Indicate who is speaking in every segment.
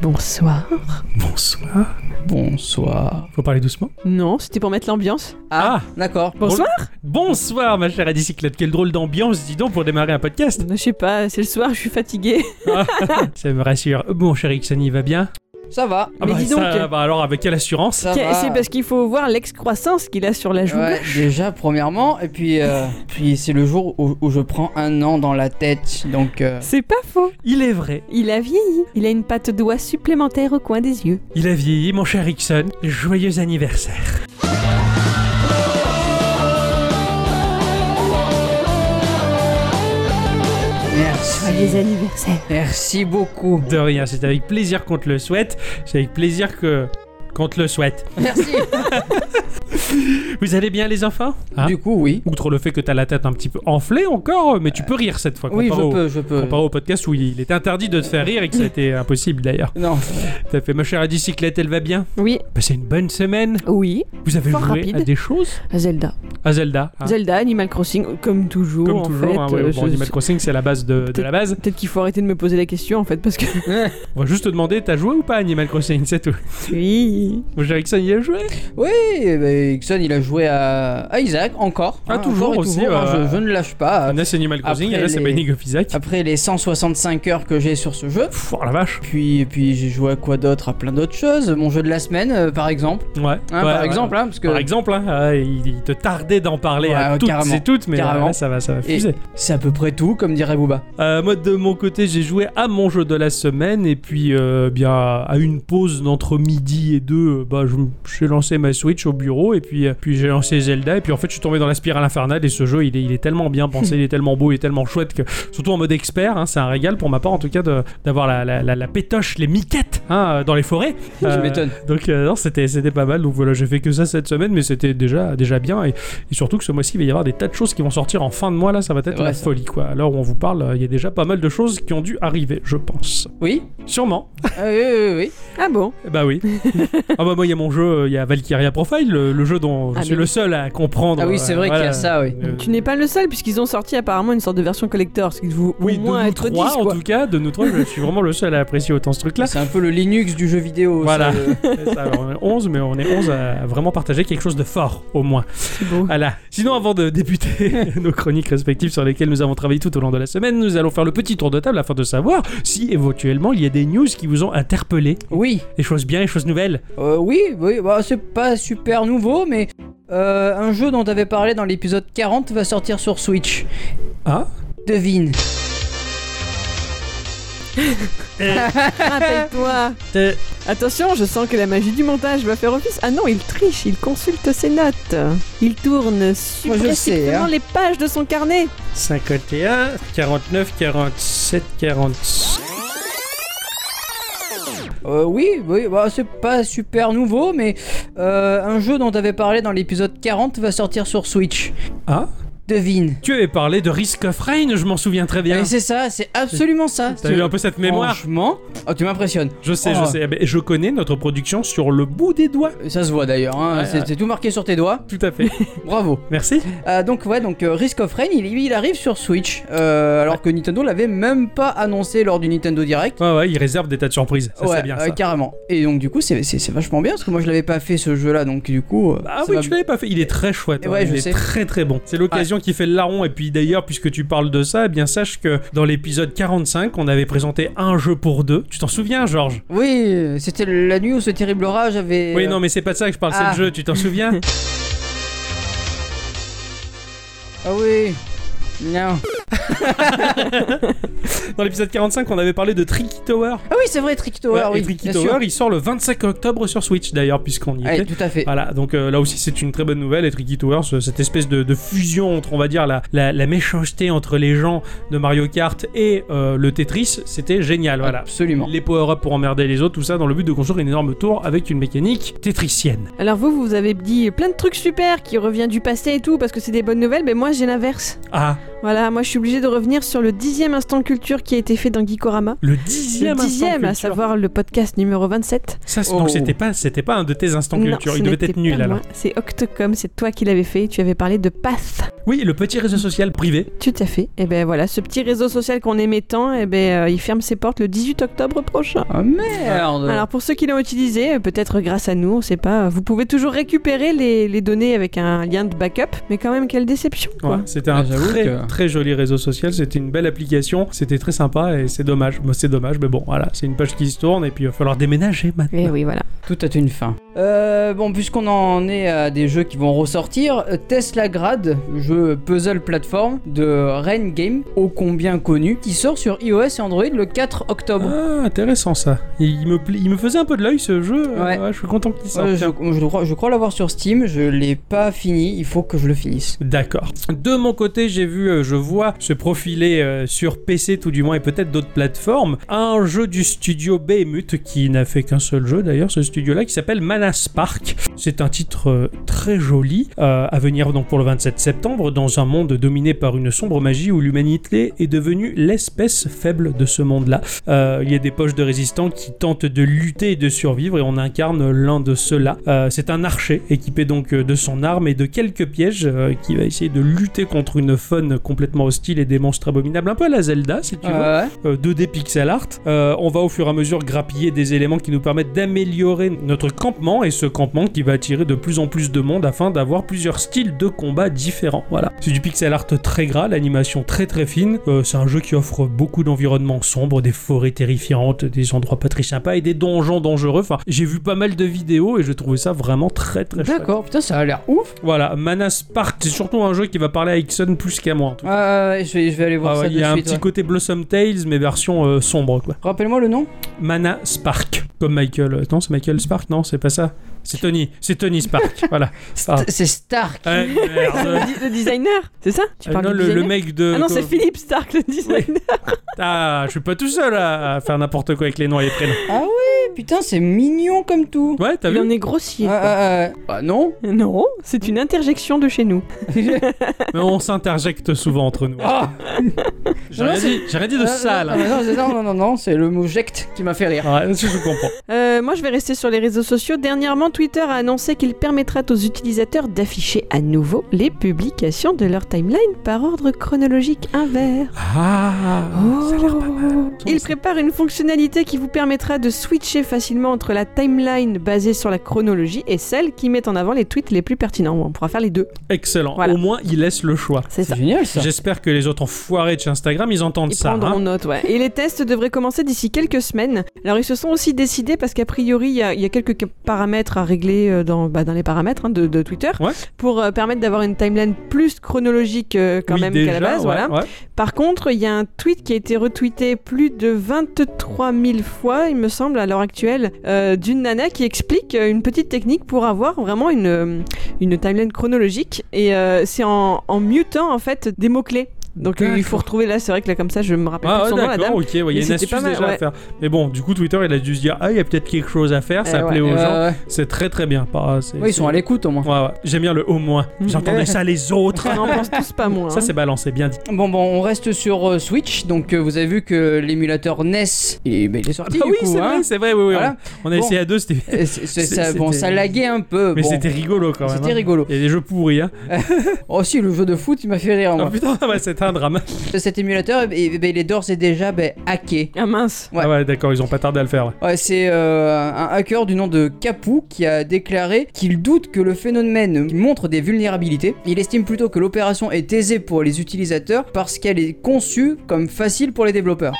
Speaker 1: Bonsoir.
Speaker 2: Bonsoir.
Speaker 3: Bonsoir.
Speaker 2: Faut parler doucement.
Speaker 1: Non, c'était pour mettre l'ambiance.
Speaker 3: Ah, d'accord.
Speaker 1: Bonsoir.
Speaker 2: Bonsoir, ma chère Adicyclette. Quelle drôle d'ambiance, dis donc, pour démarrer un podcast.
Speaker 1: Je sais pas, c'est le soir, je suis fatiguée.
Speaker 3: Ah.
Speaker 2: Ça me rassure. Mon cher Ixon, il va bien
Speaker 3: Ça va.
Speaker 2: Ah
Speaker 1: Mais
Speaker 2: bah,
Speaker 1: dis donc.
Speaker 2: ça, bah alors, avec quelle assurance
Speaker 3: Ça
Speaker 1: C'est
Speaker 3: va.
Speaker 1: parce qu'il faut voir l'excroissance qu'il a sur la joue.
Speaker 3: Ouais, déjà, premièrement, et puis, euh, puis c'est le jour où, où je prends un an dans la tête, donc euh,
Speaker 1: C'est pas faux.
Speaker 2: Il est vrai.
Speaker 1: Il a vieilli. Il a une patte d'oie supplémentaire au coin des yeux.
Speaker 2: Il a vieilli, mon cher Ixon. Joyeux anniversaire.
Speaker 1: Joyeux
Speaker 3: merci.
Speaker 1: anniversaire.
Speaker 3: Merci beaucoup.
Speaker 2: De rien, c'est avec plaisir qu'on te le souhaite. C'est avec plaisir que. qu'on te le souhaite.
Speaker 3: Merci.
Speaker 2: Vous allez bien, les enfants Hein
Speaker 3: du coup, oui.
Speaker 2: Outre le fait que t'as la tête un petit peu enflée encore, mais tu peux rire cette fois.
Speaker 3: Euh, Oui,
Speaker 2: comparé
Speaker 3: je
Speaker 2: au-
Speaker 3: peux, je peux.
Speaker 2: Comparé au podcast où il était interdit de te faire rire et que c'était impossible d'ailleurs.
Speaker 3: Non,
Speaker 2: T'as fait ma chère à bicyclette, elle va bien
Speaker 1: Oui,
Speaker 2: Passez une bonne semaine.
Speaker 1: oui.
Speaker 2: Vous avez
Speaker 1: Fort
Speaker 2: joué
Speaker 1: rapide.
Speaker 2: à des choses
Speaker 1: Zelda.
Speaker 2: À Zelda. hein.
Speaker 1: Zelda, Animal Crossing, comme toujours.
Speaker 2: Comme
Speaker 1: en
Speaker 2: toujours,
Speaker 1: fait,
Speaker 2: hein, ouais,
Speaker 1: euh,
Speaker 2: bon,
Speaker 1: je-
Speaker 2: Animal Crossing, c'est la base de, de la base.
Speaker 1: Peut-être qu'il faut arrêter de me poser la question en fait, parce que.
Speaker 2: On va juste te demander, t'as joué ou pas à Animal Crossing, c'est tout.
Speaker 1: Oui.
Speaker 2: Mon cher Ixon, il a joué
Speaker 3: Eh ben, Ixon, il a joué à, à Isaac, encore.
Speaker 2: Ah, toujours
Speaker 3: encore et
Speaker 2: aussi,
Speaker 3: toujours, hein,
Speaker 2: euh,
Speaker 3: je, je ne lâche pas.
Speaker 2: On a c'est Animal Crossing,
Speaker 3: Après
Speaker 2: et là c'est
Speaker 3: les- Ah,
Speaker 2: Binding of Isaac.
Speaker 3: Après les 165 heures que j'ai sur ce jeu.
Speaker 2: Pff, oh la vache.
Speaker 3: Puis, puis j'ai joué à quoi d'autre À plein d'autres choses. Mon jeu de la semaine, euh, par exemple.
Speaker 2: Ouais. ouais,
Speaker 3: Hein, par
Speaker 2: ouais.
Speaker 3: exemple, hein, parce que
Speaker 2: Par exemple, hein, ah, il, il te tardait d'en parler
Speaker 3: Ouais,
Speaker 2: à
Speaker 3: ouais,
Speaker 2: toutes
Speaker 3: carrément.
Speaker 2: et toutes, mais euh,
Speaker 3: Carrément.
Speaker 2: là, ça va, ça va
Speaker 3: Et-
Speaker 2: fuser.
Speaker 3: c'est à peu près tout, comme dirait Booba.
Speaker 2: Euh, moi de mon côté j'ai joué à mon jeu de la semaine et puis euh, bien à une pause d'entre midi et deux euh, bah je m- j'ai lancé ma Switch au bureau et puis euh, puis j'ai lancé Zelda et puis en fait je suis tombé dans la spirale infernale et ce jeu il est, il est tellement bien pensé il est tellement beau il est tellement chouette que surtout en mode expert hein, c'est un régal pour ma part en tout cas de- d'avoir la, la, la- la pétoche les miquettes hein, euh, dans les forêts
Speaker 3: Je
Speaker 2: Euh,
Speaker 3: m'étonne.
Speaker 2: donc euh, non c'était c'était pas mal donc voilà j'ai fait que ça cette semaine mais c'était déjà déjà bien et, et surtout que ce mois-ci, il va y avoir des tas de choses qui vont sortir en fin de mois. Là, ça va être
Speaker 3: Ouais,
Speaker 2: la
Speaker 3: ça.
Speaker 2: folie, quoi. Alors, on vous parle, euh, il y a déjà pas mal de choses qui ont dû arriver, je pense.
Speaker 3: Oui
Speaker 2: Sûrement.
Speaker 3: Ah oui, oui, oui.
Speaker 1: Ah bon
Speaker 2: Eh Bah oui. ah bah moi, il y a mon jeu, euh, il y a Valkyria Profile, le, le jeu dont je
Speaker 1: Ah,
Speaker 2: suis
Speaker 1: mais-
Speaker 2: le seul à comprendre.
Speaker 3: Ah oui, c'est
Speaker 2: euh,
Speaker 3: vrai qu'il y
Speaker 2: voilà.
Speaker 3: a ça, oui.
Speaker 2: Euh,
Speaker 1: Tu n'es pas le seul, puisqu'ils ont sorti apparemment une sorte de version collector, ce qui vous
Speaker 2: Oui,
Speaker 1: au
Speaker 2: de
Speaker 1: moins
Speaker 2: nous
Speaker 1: être 10
Speaker 2: trois, en
Speaker 1: quoi.
Speaker 2: tout cas, de nous trois, je suis vraiment le seul à apprécier autant ce truc-là.
Speaker 3: C'est un peu le Linux du jeu vidéo. ça, euh.
Speaker 2: Voilà.
Speaker 3: le-
Speaker 2: C'est ça, on est 11, mais on est 11 à vraiment partager quelque chose de fort, au moins.
Speaker 1: C'est beau.
Speaker 2: Voilà. Sinon, avant de débuter nos chroniques respectives sur lesquelles nous avons travaillé tout au long de la semaine, nous allons faire le petit tour de table afin de savoir si éventuellement il y a des news qui vous ont interpellé.
Speaker 3: Oui,
Speaker 2: Des choses bien, des choses nouvelles.
Speaker 3: Euh, oui, oui. Bah, c'est pas super nouveau, mais euh, un jeu dont t'avais parlé dans l'épisode 40 va sortir sur Switch.
Speaker 2: Ah
Speaker 3: Devine.
Speaker 1: Rappelle-toi.
Speaker 2: Euh,
Speaker 1: Attention, je sens que la magie du montage va faire office. Ah non, il triche, il consulte ses notes. Il
Speaker 2: Oh,
Speaker 1: tourne
Speaker 3: Moi, je le sais,
Speaker 1: subrepticement
Speaker 3: hein.
Speaker 1: les pages de son carnet.
Speaker 2: 51, 49, 47, 40.
Speaker 3: Euh, oui, oui, bah, c'est pas super nouveau, mais euh, un jeu dont t'avais parlé dans l'épisode 40 va sortir sur Switch.
Speaker 2: Ah
Speaker 3: Devine.
Speaker 2: Tu avais parlé de Risk of Rain, je m'en souviens très bien.
Speaker 3: Et c'est ça, c'est absolument ça.
Speaker 2: T'as eu un peu cette mémoire
Speaker 3: Franchement, oh, tu m'impressionnes.
Speaker 2: Je sais,
Speaker 3: Oh.
Speaker 2: je sais. Eh ben, Je connais notre production sur le bout des doigts.
Speaker 3: Ça se voit d'ailleurs, hein,
Speaker 2: Ouais,
Speaker 3: c'est
Speaker 2: ouais.
Speaker 3: c'est tout marqué sur tes doigts.
Speaker 2: Tout à fait.
Speaker 3: Bravo.
Speaker 2: Merci.
Speaker 3: Euh, donc ouais, donc euh, Risk of Rain, il, il arrive sur Switch, euh, alors que Nintendo l'avait même pas annoncé lors du Nintendo Direct.
Speaker 2: Ouais, ouais, il réserve des tas de surprises. Ça,
Speaker 3: ouais,
Speaker 2: c'est bien
Speaker 3: euh,
Speaker 2: ça.
Speaker 3: carrément. Et donc du coup, c'est c'est- c'est vachement bien parce que moi je l'avais pas fait ce jeu-là, donc du coup. euh,
Speaker 2: Ah
Speaker 3: ça
Speaker 2: oui,
Speaker 3: va-
Speaker 2: tu l'avais pas fait. Il est très chouette. hein.
Speaker 3: Et ouais,
Speaker 2: il
Speaker 3: je
Speaker 2: est
Speaker 3: sais.
Speaker 2: très très bon. C'est l'occasion qui fait le larron. Et puis d'ailleurs, puisque tu parles de ça, eh bien sache que dans l'épisode 45, on avait présenté un jeu pour deux. Tu t'en souviens, Georges
Speaker 3: Oui, euh, c'était la nuit où ce terrible orage avait.
Speaker 2: Oui, non, mais c'est pas de ça que je parle.
Speaker 3: Ah.
Speaker 2: C'est le jeu. Tu t'en souviens
Speaker 3: Ah oui. Non.
Speaker 2: Dans l'épisode 45, on avait parlé de Tricky Tower.
Speaker 3: Ah oui, c'est vrai, Trick Tower,
Speaker 2: Ouais,
Speaker 3: oui.
Speaker 2: et Tricky
Speaker 3: bien
Speaker 2: Tower,
Speaker 3: sûr.
Speaker 2: il sort le 25 octobre sur Switch d'ailleurs, puisqu'on y
Speaker 3: Ouais,
Speaker 2: était.
Speaker 3: tout à fait.
Speaker 2: Voilà, donc euh, là aussi c'est une très bonne nouvelle. Et Tricky Tower, ce- cette espèce de, de fusion entre, on va dire, la, la, la méchanceté entre les gens de Mario Kart et euh, le Tetris, c'était génial. Voilà.
Speaker 3: Absolument.
Speaker 2: les power-up pour emmerder les autres, tout ça dans le but de construire une énorme tour avec une mécanique tétricienne.
Speaker 1: Alors vous, vous avez dit plein de trucs super qui revient du passé et tout, parce que c'est des bonnes nouvelles, mais moi j'ai l'inverse.
Speaker 2: Ah,
Speaker 1: Voilà, moi je suis obligée de revenir sur le dixième instant culture qui a été fait dans Geekorama.
Speaker 2: le
Speaker 1: Le
Speaker 2: dixième,
Speaker 1: dixième, à
Speaker 2: instant culture.
Speaker 1: savoir le podcast numéro 27.
Speaker 2: Ça, c'est-
Speaker 3: Oh.
Speaker 2: donc c'était pas, c'était pas un de tes instants
Speaker 1: Non,
Speaker 2: culture.
Speaker 1: ce
Speaker 2: Il devait
Speaker 1: n'était
Speaker 2: être nul
Speaker 1: pas
Speaker 2: alors.
Speaker 1: moi. C'est Octocom, c'est toi qui l'avais fait, tu avais parlé de Path.
Speaker 2: Oui, le petit réseau social privé.
Speaker 1: Tout à fait. Et ben voilà, ce petit réseau social qu'on aimait tant, et ben euh, il ferme ses portes le 18 octobre prochain.
Speaker 3: Ah merde
Speaker 1: Alors pour ceux qui l'ont utilisé, euh, peut-être grâce à nous, on sait pas, euh, vous pouvez toujours récupérer les, les données avec un lien de backup, mais quand même quelle déception quoi.
Speaker 2: Ouais, c'était un
Speaker 3: Ah, j'avoue
Speaker 2: très,
Speaker 3: que-
Speaker 2: très joli réseau social, c'était une belle application, c'était très sympa et c'est dommage. Bon, c'est dommage, mais bon, voilà, c'est une page qui se tourne et puis il va falloir déménager maintenant.
Speaker 1: Et euh, Eh oui, voilà.
Speaker 3: Tout a une fin. Euh, bon, puisqu'on en est à des jeux qui vont ressortir, euh, Tesla Grad, jeu puzzle plateforme de Rain Game, ô combien connu, qui sort sur iOS et Android le 4 octobre.
Speaker 2: Ah, intéressant ça. Il il me, pla- il me faisait un peu de l'œil ce jeu. Euh,
Speaker 3: Ouais.
Speaker 2: je suis content qu'il sorte.
Speaker 3: Euh, je, je crois, je crois l'avoir sur Steam, je l'ai pas fini, il faut que je le finisse.
Speaker 2: D'accord. De mon côté, j'ai vu, euh, je vois se profiler euh, sur PC tout du moins et peut-être d'autres plateformes, un jeu du studio Behemoth qui n'a fait qu'un seul jeu d'ailleurs, ce studio-là qui s'appelle Manas Park. C'est un titre euh, très joli euh, à venir donc pour le 27 septembre dans un monde dominé par une sombre magie où l'humanité est devenue l'espèce faible de ce monde-là. Euh, il y a des poches de résistants qui tentent de lutter et de survivre et on incarne l'un de ceux-là. Euh, c'est un archer équipé donc euh, de son arme et de quelques pièges euh, qui va essayer de lutter contre une faune complètement hostile et des monstres abominables, un peu à la Zelda si tu veux
Speaker 3: Ouais.
Speaker 2: euh, 2D pixel art. Euh, on va au fur et à mesure grappiller des éléments qui nous permettent d'améliorer notre campement et ce campement qui va attirer de plus en plus de monde afin d'avoir plusieurs styles de combat différents. Voilà. C'est du pixel art très gras, l'animation très très fine. Euh, c'est un jeu qui offre beaucoup d'environnements sombres, des forêts terrifiantes, des endroits pas très sympas et des donjons dangereux. Enfin, j'ai vu pas mal de vidéos et je trouvais ça vraiment très très chouette.
Speaker 3: D'accord, putain, ça a l'air ouf.
Speaker 2: Voilà, Manas Park, c'est surtout un jeu qui va parler à Ixon plus qu'à moi. en tout cas.
Speaker 3: Ah, ouais, je, vais, je vais aller voir
Speaker 2: Ah ouais,
Speaker 3: ça
Speaker 2: il
Speaker 3: de
Speaker 2: y a un
Speaker 3: suite,
Speaker 2: petit
Speaker 3: ouais.
Speaker 2: côté Blossom Tales, mais version euh, sombre quoi.
Speaker 3: Rappelle-moi le nom
Speaker 2: Mana Spark. Comme Michael. euh, Non, c'est Michael Spark Non, c'est pas ça. C'est Tony. C'est Tony Spark. voilà. Ah.
Speaker 3: C'est Stark.
Speaker 2: Eh, merde.
Speaker 1: Le designer, c'est ça Tu
Speaker 2: Euh,
Speaker 1: parles
Speaker 2: non,
Speaker 1: du
Speaker 2: le, le
Speaker 1: designer
Speaker 2: mec de.
Speaker 1: Ah non, c'est Philippe Stark, le designer.
Speaker 2: Ah, je suis pas tout seul à à faire n'importe quoi avec les noms et les prénoms.
Speaker 3: Eh, Putain, c'est mignon comme tout.
Speaker 2: Ouais, t'as
Speaker 1: Il
Speaker 2: vu
Speaker 1: en est grossier.
Speaker 3: Ah,
Speaker 1: quoi.
Speaker 3: ah, ah. Ah, non
Speaker 1: Non, c'est une interjection de chez nous.
Speaker 2: Mais on s'interjecte souvent entre nous.
Speaker 3: Ah
Speaker 2: J'ai
Speaker 3: Non,
Speaker 2: rien
Speaker 3: c'est-
Speaker 2: dit, j'ai rien
Speaker 1: Euh,
Speaker 2: dit de
Speaker 3: Ah,
Speaker 2: ça là.
Speaker 3: ah, non, c'est- non, non, non, non, c'est le mot ject qui m'a fait rire.
Speaker 2: Ouais, je je comprends.
Speaker 1: Euh, moi, je vais rester sur les réseaux sociaux. Dernièrement, Twitter a annoncé qu'il permettra aux utilisateurs d'afficher à nouveau les publications de leur timeline par ordre chronologique inverse.
Speaker 2: Ah,
Speaker 1: Oh,
Speaker 2: ça a l'air pas mal.
Speaker 1: Il prépare une fonctionnalité qui vous permettra de switcher facilement entre la timeline basée sur la chronologie et celle qui met en avant les tweets les plus pertinents. Bon, on pourra faire les deux.
Speaker 2: Excellent.
Speaker 1: Voilà.
Speaker 2: Au moins, il laisse le choix.
Speaker 1: C'est ça.
Speaker 3: C'est génial ça.
Speaker 2: J'espère que les autres enfoirés de chez Instagram, ils entendent
Speaker 1: Ils
Speaker 2: ça.
Speaker 1: prendront
Speaker 2: hein.
Speaker 1: note, ouais. Et les tests devraient commencer d'ici quelques semaines. Alors ils se sont aussi décidés parce qu'a priori il y, a- il y a quelques ca- paramètres à régler euh, dans, bah, dans les paramètres hein, de, de Twitter
Speaker 2: Ouais.
Speaker 1: pour euh, permettre d'avoir une timeline plus chronologique euh, quand
Speaker 2: Oui,
Speaker 1: même
Speaker 2: déjà,
Speaker 1: qu'à la base,
Speaker 2: ouais,
Speaker 1: voilà.
Speaker 2: ouais.
Speaker 1: Par contre, il y a un tweet qui a été retweeté plus de 23 000 fois, il me semble, à l'heure actuelle, euh, d'une nana qui explique euh, une petite technique pour avoir vraiment une, euh, une timeline chronologique. Et euh, c'est en, en mutant, en fait, des mots-clés. Donc euh, il faut
Speaker 2: D'accord.
Speaker 1: retrouver là, c'est vrai que là, comme ça, je me rappelle plus
Speaker 2: Ah
Speaker 1: de
Speaker 2: ouais,
Speaker 1: son nom, la
Speaker 2: d'accord,
Speaker 1: dame.
Speaker 2: ok, ouais, il
Speaker 1: Mais
Speaker 2: y a une
Speaker 1: c'était
Speaker 2: astuce
Speaker 1: pas mal,
Speaker 2: déjà à
Speaker 1: ouais.
Speaker 2: faire. Mais bon, du coup, Twitter, il a dû se dire, ah, il y a peut-être quelque chose à faire, ça
Speaker 1: Eh
Speaker 2: plaît
Speaker 1: ouais,
Speaker 2: aux
Speaker 3: Ouais,
Speaker 2: gens.
Speaker 3: ouais.
Speaker 2: C'est très très bien. Pas- c'est-
Speaker 3: Euh, Ouais, ils sont
Speaker 2: c'est-
Speaker 3: à l'écoute au moins.
Speaker 2: Ouais, ouais. J'aime bien le au moins.
Speaker 1: Mhm.
Speaker 2: J'entendais ça les autres.
Speaker 1: On en pense tous pas moins.
Speaker 2: Ça,
Speaker 1: hein.
Speaker 2: c'est balancé, bien dit.
Speaker 3: Bon, bon, on reste sur euh, Switch. Donc, euh, vous avez vu que l'émulateur NES, il, ben, il est sorti.
Speaker 2: Ah
Speaker 3: du
Speaker 2: oui,
Speaker 3: coup,
Speaker 2: c'est
Speaker 3: hein.
Speaker 2: vrai, c'est vrai, oui, oui,
Speaker 3: Voilà.
Speaker 2: On on a
Speaker 3: Bon.
Speaker 2: essayé à deux, c'était.
Speaker 3: Euh, c'est- c'est-
Speaker 2: C'est-
Speaker 3: ça, bon,
Speaker 2: c'était-
Speaker 3: ça laguait un peu.
Speaker 2: Mais
Speaker 3: bon.
Speaker 2: c'était rigolo quand même.
Speaker 3: C'était
Speaker 2: hein.
Speaker 3: rigolo.
Speaker 2: Il y a des jeux pourris, hein.
Speaker 3: Oh si, le jeu de foot, il m'a fait rire.
Speaker 2: Oh
Speaker 3: Moi.
Speaker 2: putain, ouais, c'était un drame.
Speaker 3: Cet émulateur, eh ben, eh ben, il est d'ores et déjà ben, hacké.
Speaker 1: Ah mince.
Speaker 3: Ouais.
Speaker 2: Ah ouais, d'accord, ils ont pas tardé à le faire. ouais.
Speaker 3: Ouais, c'est euh, un hacker du nom de Capou qui a déclaré qu'il doute que le phénomène montre des vulnérabilités. Il estime plutôt que l'opération est aisée pour les utilisateurs parce qu'elle est conçue comme facile pour les développeurs.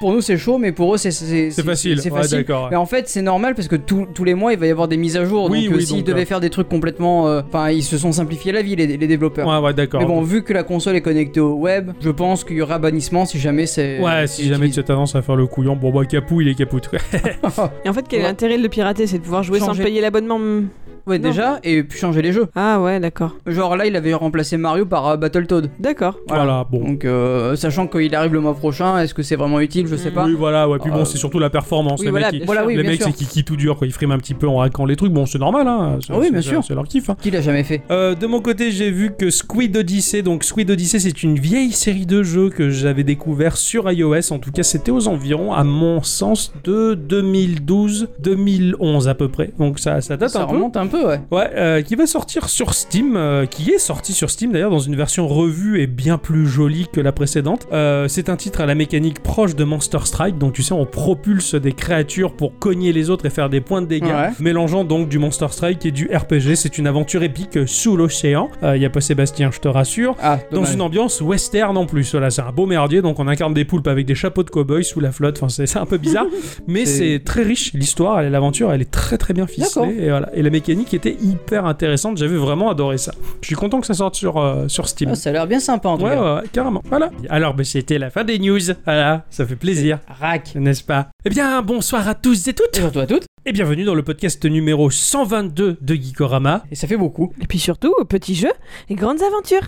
Speaker 3: Pour nous, c'est chaud, mais pour eux, c'est c'est-
Speaker 2: C'est facile.
Speaker 3: C'est
Speaker 2: ouais,
Speaker 3: facile.
Speaker 2: d'accord.
Speaker 3: Mais en fait, c'est normal parce que tous- tous les mois, il va y avoir des mises à jour.
Speaker 2: Oui,
Speaker 3: donc, euh,
Speaker 2: oui,
Speaker 3: s'ils
Speaker 2: donc,
Speaker 3: devaient
Speaker 2: euh,
Speaker 3: faire des trucs complètement. euh, Enfin, ils se sont simplifiés la vie, les, les développeurs.
Speaker 2: Ouais, ouais, d'accord.
Speaker 3: Mais bon, vu que la console est connectée au web, je pense qu'il y aura bannissement si jamais c'est.
Speaker 2: Ouais, si
Speaker 3: c'est
Speaker 2: jamais tu
Speaker 3: utilisé.
Speaker 2: as tendance à faire le couillon, bon bah capou, il est capoute. ouais.
Speaker 1: Et en fait, quel est
Speaker 3: Ouais.
Speaker 1: l'intérêt de le pirater C'est de pouvoir jouer
Speaker 3: Changer.
Speaker 1: sans payer l'abonnement. hmm.
Speaker 3: ouais,
Speaker 1: Non.
Speaker 3: déjà, et puis changer les jeux.
Speaker 1: Ah ouais, d'accord.
Speaker 3: Genre là, il avait remplacé Mario par euh, Battletoad.
Speaker 1: D'accord.
Speaker 3: Voilà.
Speaker 2: Voilà, bon.
Speaker 3: Donc, euh, sachant qu'il arrive le mois prochain, est-ce que c'est vraiment utile Je sais
Speaker 1: Mm.
Speaker 3: pas.
Speaker 2: Oui, voilà, ouais. Puis
Speaker 3: Euh,
Speaker 2: bon, c'est surtout la performance.
Speaker 1: oui,
Speaker 2: les
Speaker 1: voilà,
Speaker 2: mecs, ils-
Speaker 3: Voilà, oui,
Speaker 2: les
Speaker 3: bien
Speaker 2: mecs,
Speaker 3: sûr.
Speaker 2: c'est kiki tout dur, quoi. Ils friment un petit peu en hackant les trucs. Bon, c'est normal, hein. C'est-
Speaker 3: Ah oui,
Speaker 2: c'est-
Speaker 3: bien
Speaker 2: c'est-
Speaker 3: sûr.
Speaker 2: C'est leur kiff, hein.
Speaker 3: Qui l'a jamais fait
Speaker 2: Euh, de mon côté, j'ai vu que Squid Odyssey, donc Squid Odyssey, c'est une vieille série de jeux que j'avais découvert sur iOS. En tout cas, c'était aux environs, à mon sens, de 2012-2011 à peu près. Donc ça, ça date
Speaker 3: Ça
Speaker 2: un peu.
Speaker 3: remonte un peu, ouais.
Speaker 2: Ouais, euh, qui va sortir sur Steam, euh, qui est sorti sur Steam d'ailleurs dans une version revue et bien plus jolie que la précédente. Euh, c'est un titre à la mécanique proche de Monster Strike, donc tu sais, on propulse des créatures pour cogner les autres et faire des points de dégâts,
Speaker 3: Ouais.
Speaker 2: mélangeant donc du Monster Strike et du RPG. C'est une aventure épique sous l'océan. Il n'y a pas Sébastien, je te rassure.
Speaker 3: Ah,
Speaker 2: Dans
Speaker 3: dommage.
Speaker 2: une ambiance western en plus, voilà, c'est un beau merdier, donc on incarne des poulpes avec des chapeaux de cow-boy sous la flotte, enfin c'est c'est un peu bizarre, mais
Speaker 3: C'est-
Speaker 2: c'est très riche, l'histoire, elle- l'aventure, elle est très très bien
Speaker 3: D'accord.
Speaker 2: ficelée, et, voilà. et la mécanique était hyper intéressante, j'avais vraiment adoré ça. Je suis content que ça sorte sur, euh, sur Steam.
Speaker 3: Ah, ça a l'air bien sympa en tout
Speaker 2: ouais, ouais,
Speaker 3: cas.
Speaker 2: ouais, carrément, voilà. Alors, bah, c'était la fin des news, voilà, ça fait plaisir,
Speaker 3: Rack.
Speaker 2: n'est-ce pas Eh bien, bonsoir à tous et
Speaker 3: Et
Speaker 2: toutes,
Speaker 3: surtout à toutes.
Speaker 2: et bienvenue dans le podcast numéro 122 de Geekorama.
Speaker 3: Et ça fait beaucoup.
Speaker 1: Et puis surtout, petits jeux et grandes aventures.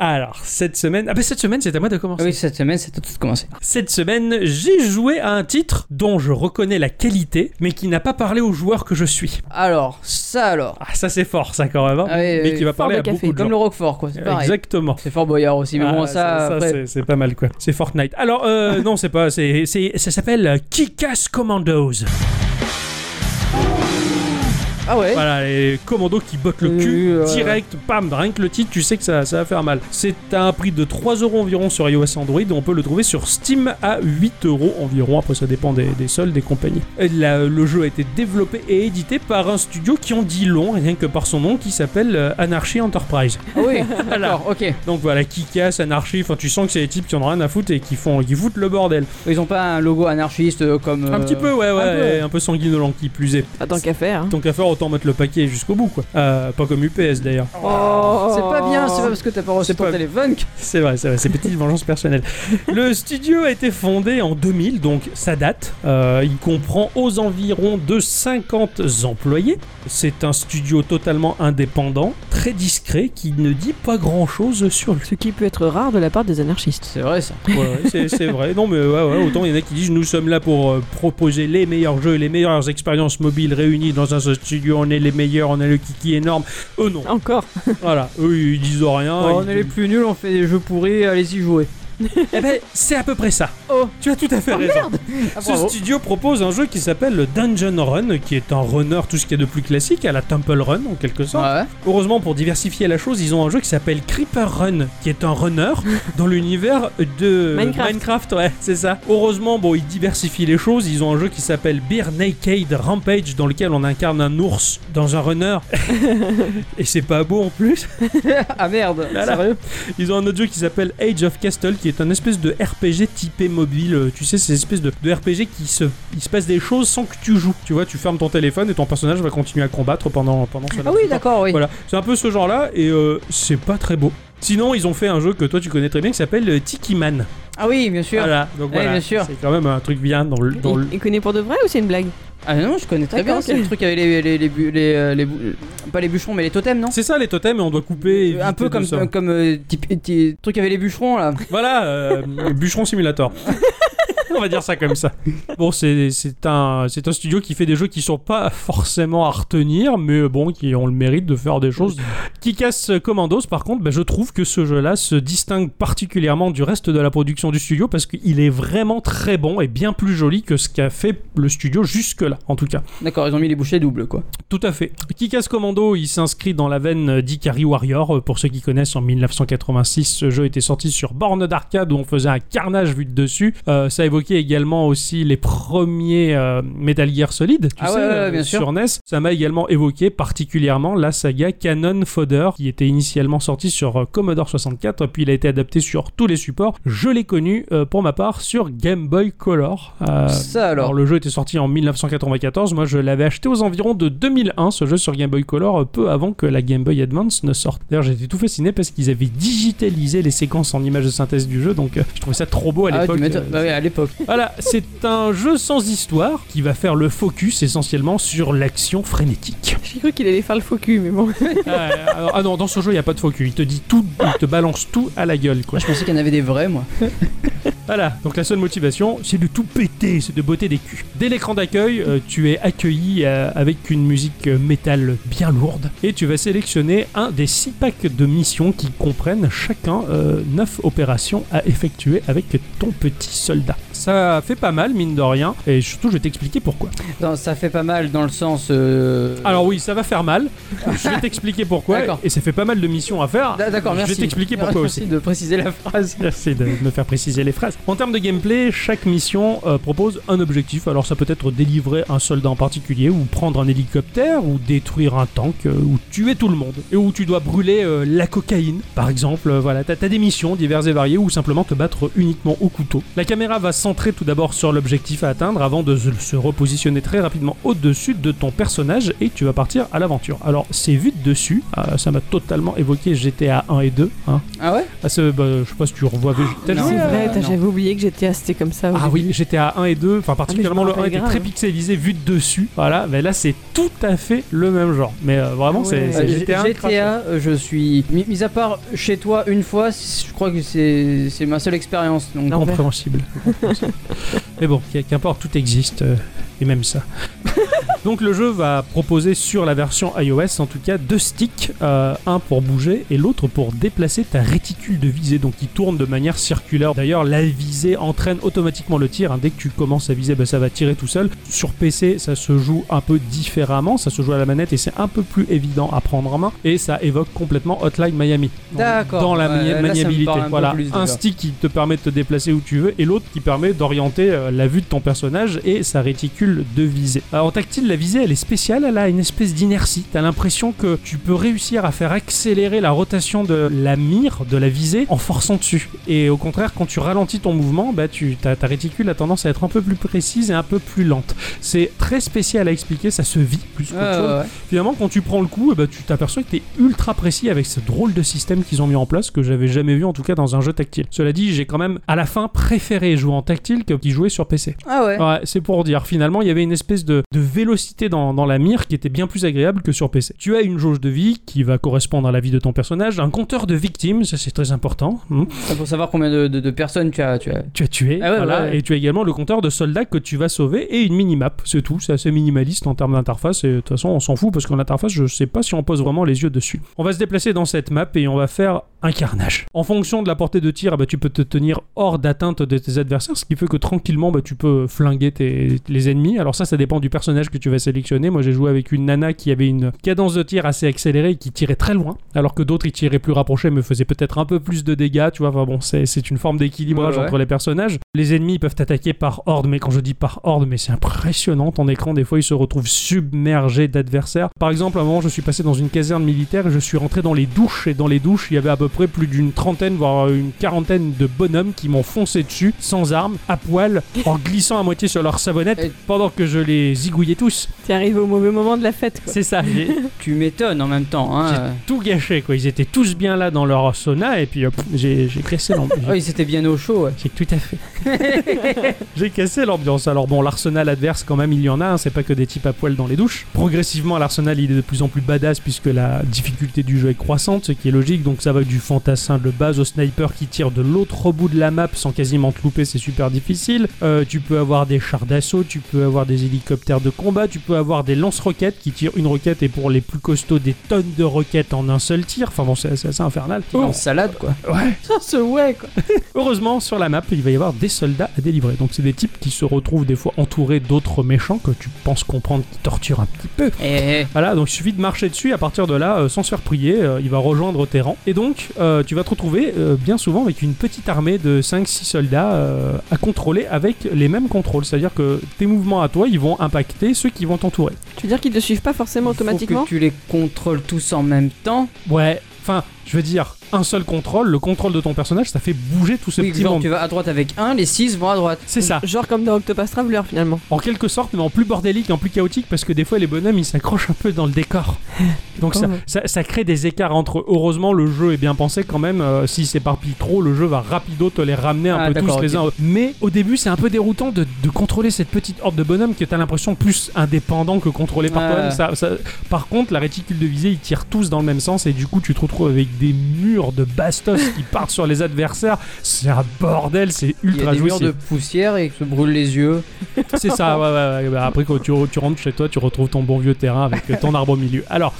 Speaker 2: Alors, cette semaine, ah bah cette semaine, c'est à moi de commencer.
Speaker 3: Ah oui, cette semaine, c'est tout de suite commencé.
Speaker 2: Cette semaine, j'ai joué à un titre dont je reconnais la qualité, mais qui n'a pas parlé aux joueurs que je suis.
Speaker 3: Alors, ça alors.
Speaker 2: Ah, ça c'est fort, ça quand même. hein.
Speaker 3: Ah oui,
Speaker 2: mais
Speaker 3: oui,
Speaker 2: qui va
Speaker 1: fort
Speaker 2: parler
Speaker 1: de
Speaker 2: à
Speaker 1: café,
Speaker 2: beaucoup de
Speaker 3: Comme
Speaker 2: gens.
Speaker 3: le Roquefort, quoi. C'est pareil.
Speaker 2: Exactement.
Speaker 3: C'est Fort Boyard aussi, mais
Speaker 2: Ah,
Speaker 3: bon, ça, après-
Speaker 2: c'est- c'est pas mal quoi. C'est Fortnite. Alors, euh, non, c'est pas. C'est, c'est- ça s'appelle euh, Kick-Ass Commandos.
Speaker 3: Ah ouais.
Speaker 2: Voilà, les commandos qui bottent le
Speaker 3: Oui,
Speaker 2: cul
Speaker 3: oui, ouais.
Speaker 2: direct, pam, rien que le titre, tu sais que ça, ça va faire mal. C'est à un prix de 3 euros environ sur iOS Android, on peut le trouver sur Steam à 8 euros environ, après ça dépend des, des soldes, des compagnies. Et la- le jeu a été développé et édité par un studio qui en dit long, rien que par son nom, qui s'appelle euh, Anarchy Enterprise.
Speaker 3: Ah oui. D'accord, ok.
Speaker 2: Donc voilà, qui casse, Anarchy, enfin tu sens que c'est des types qui en ont rien à foutre et qui font, qui foutent le bordel.
Speaker 3: Ils ont pas un logo anarchiste euh,
Speaker 2: Un
Speaker 3: comme. euh,
Speaker 2: petit peu, ouais, ouais,
Speaker 3: peu, ouais.
Speaker 2: et un peu sanguinolent qui plus est.
Speaker 1: Pas tant qu'à faire. hein.
Speaker 2: Tant qu'à faire, autant mettre le paquet jusqu'au bout, quoi. Euh, pas comme UPS d'ailleurs.
Speaker 1: Oh.
Speaker 3: C'est pas bien, c'est pas parce que t'as pas reçu
Speaker 2: C'est
Speaker 3: ton
Speaker 2: pas-
Speaker 3: téléphone que.
Speaker 2: C'est vrai, c'est vrai, c'est petite vengeance personnelle. Le studio a été fondé en 2000, donc ça date. Euh, il comprend aux environs de 50 employés. C'est un studio totalement indépendant, très discret, qui ne dit pas grand-chose sur lui.
Speaker 1: Ce qui peut être rare de la part des anarchistes.
Speaker 3: C'est vrai ça.
Speaker 2: Ouais, ouais, c'est- c'est vrai. Non, mais ouais, ouais, autant il y en a qui disent nous sommes là pour euh, proposer les meilleurs jeux, et les meilleures expériences mobiles réunies dans un seul studio. On est les meilleurs, on a le kiki énorme. Eux non.
Speaker 1: Encore.
Speaker 2: Voilà, eux ils disent rien.
Speaker 3: Oh, on
Speaker 2: ils-
Speaker 3: est les plus nuls, on fait des jeux pourris, allez-y jouer.
Speaker 2: Eh ben, c'est à peu près ça.
Speaker 3: Oh.
Speaker 2: tu as tout à fait raison.
Speaker 3: Ah,
Speaker 2: Ce
Speaker 3: bravo.
Speaker 2: studio propose un jeu qui s'appelle le Dungeon Run, qui est un runner tout ce qu'il y a de plus classique, à la Temple Run en quelque sorte.
Speaker 3: Ah ouais.
Speaker 2: Heureusement, pour diversifier la chose, ils ont un jeu qui s'appelle Creeper Run, qui est un runner dans l'univers de
Speaker 1: Minecraft.
Speaker 2: ouais, c'est ça. Heureusement, bon, ils diversifient les choses. Ils ont un jeu qui s'appelle Beer Naked Rampage, dans lequel on incarne un ours dans un runner. Et c'est pas beau en plus.
Speaker 3: Ah merde,
Speaker 2: Voilà.
Speaker 3: sérieux
Speaker 2: Ils ont un autre jeu qui s'appelle Age of Castle, qui est un espèce de RPG typé mobile. Euh, Tu sais, ces espèces de, de RPG qui se, il se passe des choses sans que tu joues. Tu vois, tu fermes ton téléphone et ton personnage va continuer à combattre pendant, pendant ce
Speaker 3: Ah
Speaker 2: laps de
Speaker 3: oui,
Speaker 2: temps.
Speaker 3: d'accord, oui.
Speaker 2: Voilà, c'est un peu ce genre-là et euh, c'est pas très beau. Sinon, ils ont fait un jeu que toi tu connais très bien qui s'appelle euh, Tiki Man.
Speaker 3: Ah oui, bien sûr.
Speaker 2: Voilà, donc
Speaker 3: Oui,
Speaker 2: voilà,
Speaker 3: bien sûr.
Speaker 2: c'est quand même un truc bien dans le. Dans le...
Speaker 1: Il, il connaît pour de vrai ou c'est une blague
Speaker 3: Ah non, je connais très bien,
Speaker 1: D'accord,
Speaker 3: c'est
Speaker 1: ok.
Speaker 3: le truc avec les, les, les, bu- les, euh, les bu- pas les bûcherons, mais les totems, non
Speaker 2: C'est ça les totems et on doit couper. éviter
Speaker 3: Euh, Un peu
Speaker 2: de
Speaker 3: comme,
Speaker 2: ça.
Speaker 3: comme euh, type- type- truc avec les bûcherons là.
Speaker 2: Voilà, euh, bûcheron simulator. On va dire ça comme ça. Bon, c'est c'est un, c'est un studio qui fait des jeux qui sont pas forcément à retenir, mais bon, qui ont le mérite de faire des choses. Qui casse Commandos, par contre, ben, je trouve que ce jeu-là se distingue particulièrement du reste de la production du studio parce qu'il est vraiment très bon et bien plus joli que ce qu'a fait le studio jusque-là, en tout cas.
Speaker 3: D'accord, ils ont mis les bouchées doubles quoi.
Speaker 2: Tout à fait. Kikas Commando, il s'inscrit dans la veine d'Ikari Warrior. Euh, Pour ceux qui connaissent, en 1986, ce jeu était sorti sur borne d'arcade où on faisait un carnage vu de dessus. Euh, ça évoquait également aussi les premiers euh, Metal Gear Solid, tu
Speaker 3: Ah
Speaker 2: sais,
Speaker 3: ouais, ouais, ouais,
Speaker 2: euh,
Speaker 3: bien sûr.
Speaker 2: sur NES. Ça m'a également évoqué particulièrement la saga Cannon Fodder qui était initialement sortie sur euh, Commodore 64, puis il a été adapté sur tous les supports. Je l'ai connu, euh, pour ma part, sur Game Boy Color. Euh,
Speaker 3: ça alors.
Speaker 2: alors le jeu était sorti en 1994, moi je l'avais acheté aux environs de 2001 ce jeu sur Game Boy Color, euh, peu avant que la Game Boy Advance ne sorte. D'ailleurs j'étais tout fasciné parce qu'ils avaient digitalisé les séquences en images de synthèse du jeu, donc euh, je trouvais ça trop beau à
Speaker 3: Ah ouais, tu
Speaker 2: l'époque.
Speaker 3: m'étonnes.
Speaker 2: euh,
Speaker 3: Bah oui, à l'époque.
Speaker 2: voilà, c'est un jeu sans histoire qui va faire le focus essentiellement sur l'action frénétique.
Speaker 1: J'ai cru qu'il allait faire le faux cul, mais bon.
Speaker 2: ah, alors- ah non, dans ce jeu il n'y a pas de focus, il te dit tout, il te balance tout à la gueule quoi.
Speaker 3: Je pensais qu'il y en avait des vrais moi.
Speaker 2: Voilà, donc la seule motivation, c'est de tout péter, c'est de botter des culs. Dès l'écran d'accueil, euh, tu es accueilli euh, avec une musique euh, métal bien lourde et tu vas sélectionner un des six packs de missions qui comprennent chacun euh, neuf opérations à effectuer avec ton petit soldat. Ça fait pas mal, mine de rien, et surtout je vais t'expliquer pourquoi.
Speaker 3: Non, ça fait pas mal dans le sens. euh,
Speaker 2: Alors oui, ça va faire mal, je vais t'expliquer pourquoi,
Speaker 3: D'accord.
Speaker 2: et ça fait pas mal de missions à faire.
Speaker 3: Ah, D'accord,
Speaker 2: Je vais
Speaker 3: merci.
Speaker 2: t'expliquer pourquoi
Speaker 3: Merci de préciser la phrase.
Speaker 2: Merci de me faire préciser les phrases. En termes de gameplay, chaque mission euh, propose un objectif. Alors ça peut être délivrer un soldat en particulier, ou prendre un hélicoptère, ou détruire un tank, euh, ou tuer tout le monde. Et où tu dois brûler euh, la cocaïne, par exemple. Euh, voilà, t'as t'as des missions diverses et variées, ou simplement te battre uniquement au couteau. La caméra va centrer tout d'abord sur l'objectif à atteindre, avant de se se repositionner très rapidement au-dessus de ton personnage, et tu vas partir à l'aventure. Alors c'est vu de dessus, euh, ça m'a totalement évoqué GTA 1 et 2, hein,
Speaker 3: Ah ouais
Speaker 2: ah, c'est- bah, je sais pas si tu revois. VG. T'as
Speaker 3: non.
Speaker 2: joué
Speaker 1: Ah, C'est
Speaker 2: à-
Speaker 1: vrai, t'as-
Speaker 3: non.
Speaker 1: j'avais oublié que j'étais c'était comme ça. au
Speaker 2: Ah
Speaker 1: début.
Speaker 2: oui, GTA 1 et
Speaker 1: Ah,
Speaker 2: 2, enfin particulièrement le 1
Speaker 1: rappelle
Speaker 2: était
Speaker 1: grave.
Speaker 2: très pixelisé vu de dessus. Voilà, mais là c'est tout à fait le même genre. Mais euh, vraiment,
Speaker 1: Ah
Speaker 2: c'est
Speaker 1: ouais.
Speaker 2: c'est
Speaker 3: Euh,
Speaker 2: GTA.
Speaker 3: GTA, euh, je suis. mi- Mis à part chez toi une fois, c- je crois que c'est c'est ma seule expérience. Donc...
Speaker 1: Non.
Speaker 2: Incompréhensible. mais bon, qu- qu'importe, tout existe, euh, et même ça. Donc le jeu va proposer sur la version iOS en tout cas deux sticks, euh, un pour bouger et l'autre pour déplacer ta réticule de visée, donc qui tourne de manière circulaire. D'ailleurs la visée entraîne automatiquement le tir, hein. dès que tu commences à viser bah, ça va tirer tout seul. Sur PC ça se joue un peu différemment, ça se joue à la manette et c'est un peu plus évident à prendre en main et ça évoque complètement Hotline Miami. Donc,
Speaker 3: D'accord.
Speaker 2: Dans la
Speaker 3: Ouais,
Speaker 2: mani-
Speaker 3: là, ça me
Speaker 2: maniabilité.
Speaker 3: parle un peu
Speaker 2: Voilà,
Speaker 3: plus,
Speaker 2: un
Speaker 3: déjà.
Speaker 2: stick qui te permet de te déplacer où tu veux et l'autre qui permet d'orienter euh, la vue de ton personnage et sa réticule de visée. Alors, en tactile, la visée elle est spéciale, elle a une espèce d'inertie. T'as l'impression que tu peux réussir à faire accélérer la rotation de la mire, de la visée, en forçant dessus. Et au contraire, quand tu ralentis ton mouvement, bah, tu, ta, ta réticule a tendance à être un peu plus précise et un peu plus lente. C'est très spécial à expliquer, ça se vit plus qu'autre
Speaker 3: Ouais,
Speaker 2: chose.
Speaker 3: ouais, ouais.
Speaker 2: Finalement, quand tu prends le coup, eh ben, tu t'aperçois que tu es ultra précis avec ce drôle de système qu'ils ont mis en place que j'avais jamais vu en tout cas dans un jeu tactile. Cela dit, j'ai quand même à la fin préféré jouer en tactile que qu'y jouer sur PC.
Speaker 3: Ah ouais.
Speaker 2: Ouais, c'est pour dire. Finalement, il y avait une espèce de, de vélocité dans, dans la mire qui était bien plus agréable que sur PC. Tu as une jauge de vie qui va correspondre à la vie de ton personnage, un compteur de victimes, ça c'est très important. hmm,
Speaker 3: Ah, Pour savoir combien de, de- de personnes tu as. Tu as...
Speaker 2: tu as tué,
Speaker 3: Ah ouais,
Speaker 2: voilà,
Speaker 3: ouais, ouais.
Speaker 2: et tu as également le compteur de soldats que tu vas sauver et une minimap, c'est tout, c'est assez minimaliste en termes d'interface, et de toute façon on s'en fout parce qu'en interface je sais pas si on pose vraiment les yeux dessus. On va se déplacer dans cette map et on va faire un carnage. En fonction de la portée de tir, bah, tu peux te tenir hors d'atteinte de tes adversaires, ce qui fait que tranquillement bah, tu peux flinguer tes, les ennemis. Alors ça, ça dépend du personnage que tu vas sélectionner. Moi j'ai joué avec une nana qui avait une cadence de tir assez accélérée et qui tirait très loin, alors que d'autres ils tiraient plus rapprochés mais faisaient peut-être un peu plus de dégâts, tu vois. Enfin bon, c'est c'est une forme hein, d'équilibrage
Speaker 3: Ouais, ouais.
Speaker 2: entre les personnages. Les ennemis peuvent t'attaquer par horde, mais quand je dis par horde, mais c'est impressionnant. Ton écran, des fois, il se retrouve submergé d'adversaires. Par exemple, à un moment, je suis passé dans une caserne militaire et je suis rentré dans les douches. Et dans les douches, il y avait à peu près plus d'une trentaine, voire euh, une quarantaine de bonhommes qui m'ont foncé dessus, sans armes, à poil, en glissant à moitié sur leur
Speaker 3: Et-
Speaker 2: savonnette, pendant que je les zigouillais tous.
Speaker 1: T'es arrivé au mauvais moment de la fête, quoi.
Speaker 2: C'est ça. j'ai-
Speaker 3: Tu m'étonnes en même temps. Hein.
Speaker 2: Tout gâché, quoi. Ils étaient tous bien là dans leur sauna et puis hop, j'ai j'ai graissé l'ambiance.
Speaker 3: Ah oui, c'était bien au chaud. ouais.
Speaker 2: J'ai tout à fait. J'ai cassé l'ambiance. Alors bon, l'arsenal adverse quand même, il y en a. hein. C'est pas que des types à poil dans les douches. Progressivement, l'arsenal il est de plus en plus badass puisque la difficulté du jeu est croissante, ce qui est logique. Donc ça va du fantassin de base au sniper qui tire de l'autre bout de la map sans quasiment te louper, c'est super difficile. Euh, tu peux avoir des chars d'assaut, tu peux avoir des hélicoptères de combat, tu peux avoir des lance-roquettes qui tirent une roquette et pour les plus costauds des tonnes de roquettes en un seul tir. Enfin bon, c'est c'est assez infernal.
Speaker 3: En salade quoi.
Speaker 2: Ouais.
Speaker 1: Ça, ce ouais, quoi.
Speaker 2: Heureusement, sur la map, il va y avoir des soldats à délivrer. Donc, c'est des types qui se retrouvent des fois entourés d'autres méchants que tu penses comprendre qui torturent un petit peu.
Speaker 3: Et
Speaker 2: Voilà, donc il suffit de marcher dessus. À partir de là, euh, sans se faire prier, euh, il va rejoindre tes rangs. Et donc, euh, tu vas te retrouver euh, bien souvent avec une petite armée de 5-6 soldats euh, à contrôler avec les mêmes contrôles. C'est-à-dire que tes mouvements à toi, ils vont impacter ceux qui vont t'entourer.
Speaker 1: Tu veux dire qu'ils te suivent pas forcément
Speaker 3: Faut
Speaker 1: automatiquement
Speaker 3: que tu les contrôles tous en même temps.
Speaker 2: Ouais, enfin, je veux dire, un seul contrôle, le contrôle de ton personnage, ça fait bouger tous ces
Speaker 3: Oui,
Speaker 2: petits
Speaker 3: genre,
Speaker 2: mondes.
Speaker 3: tu vas à droite avec un, les six vont à droite.
Speaker 2: C'est ça.
Speaker 1: Genre comme dans Octopus Traveler, finalement.
Speaker 2: en quelque sorte, mais en plus bordélique, en plus chaotique, parce que des fois les bonhommes ils s'accrochent un peu dans le décor. Donc ça,
Speaker 1: Oh.
Speaker 2: ça, ça crée des écarts entre eux. Heureusement, le jeu est bien pensé quand même. euh, S'il s'éparpille trop, le jeu va rapido te les ramener un
Speaker 3: Ah,
Speaker 2: peu tous
Speaker 3: d'accord,
Speaker 2: les uns. Mais au début, c'est un peu déroutant de, de contrôler cette petite horde de bonhommes que t'as l'impression plus indépendant que contrôlé par
Speaker 3: Ouais.
Speaker 2: toi-même. Ça- ça- Par contre, la réticule de visée ils tirent tous dans le même sens et du coup, tu te retrouves avec des murs murs de bastos qui partent sur les adversaires. C'est un bordel, c'est
Speaker 3: Il y
Speaker 2: ultra
Speaker 3: a des murs
Speaker 2: jouissif.
Speaker 3: de poussière et se brûlent les yeux.
Speaker 2: C'est ça, ouais, ouais, ouais. Bah, après quand tu, tu rentres chez toi, tu retrouves ton bon vieux terrain avec euh, ton arbre au milieu. Alors,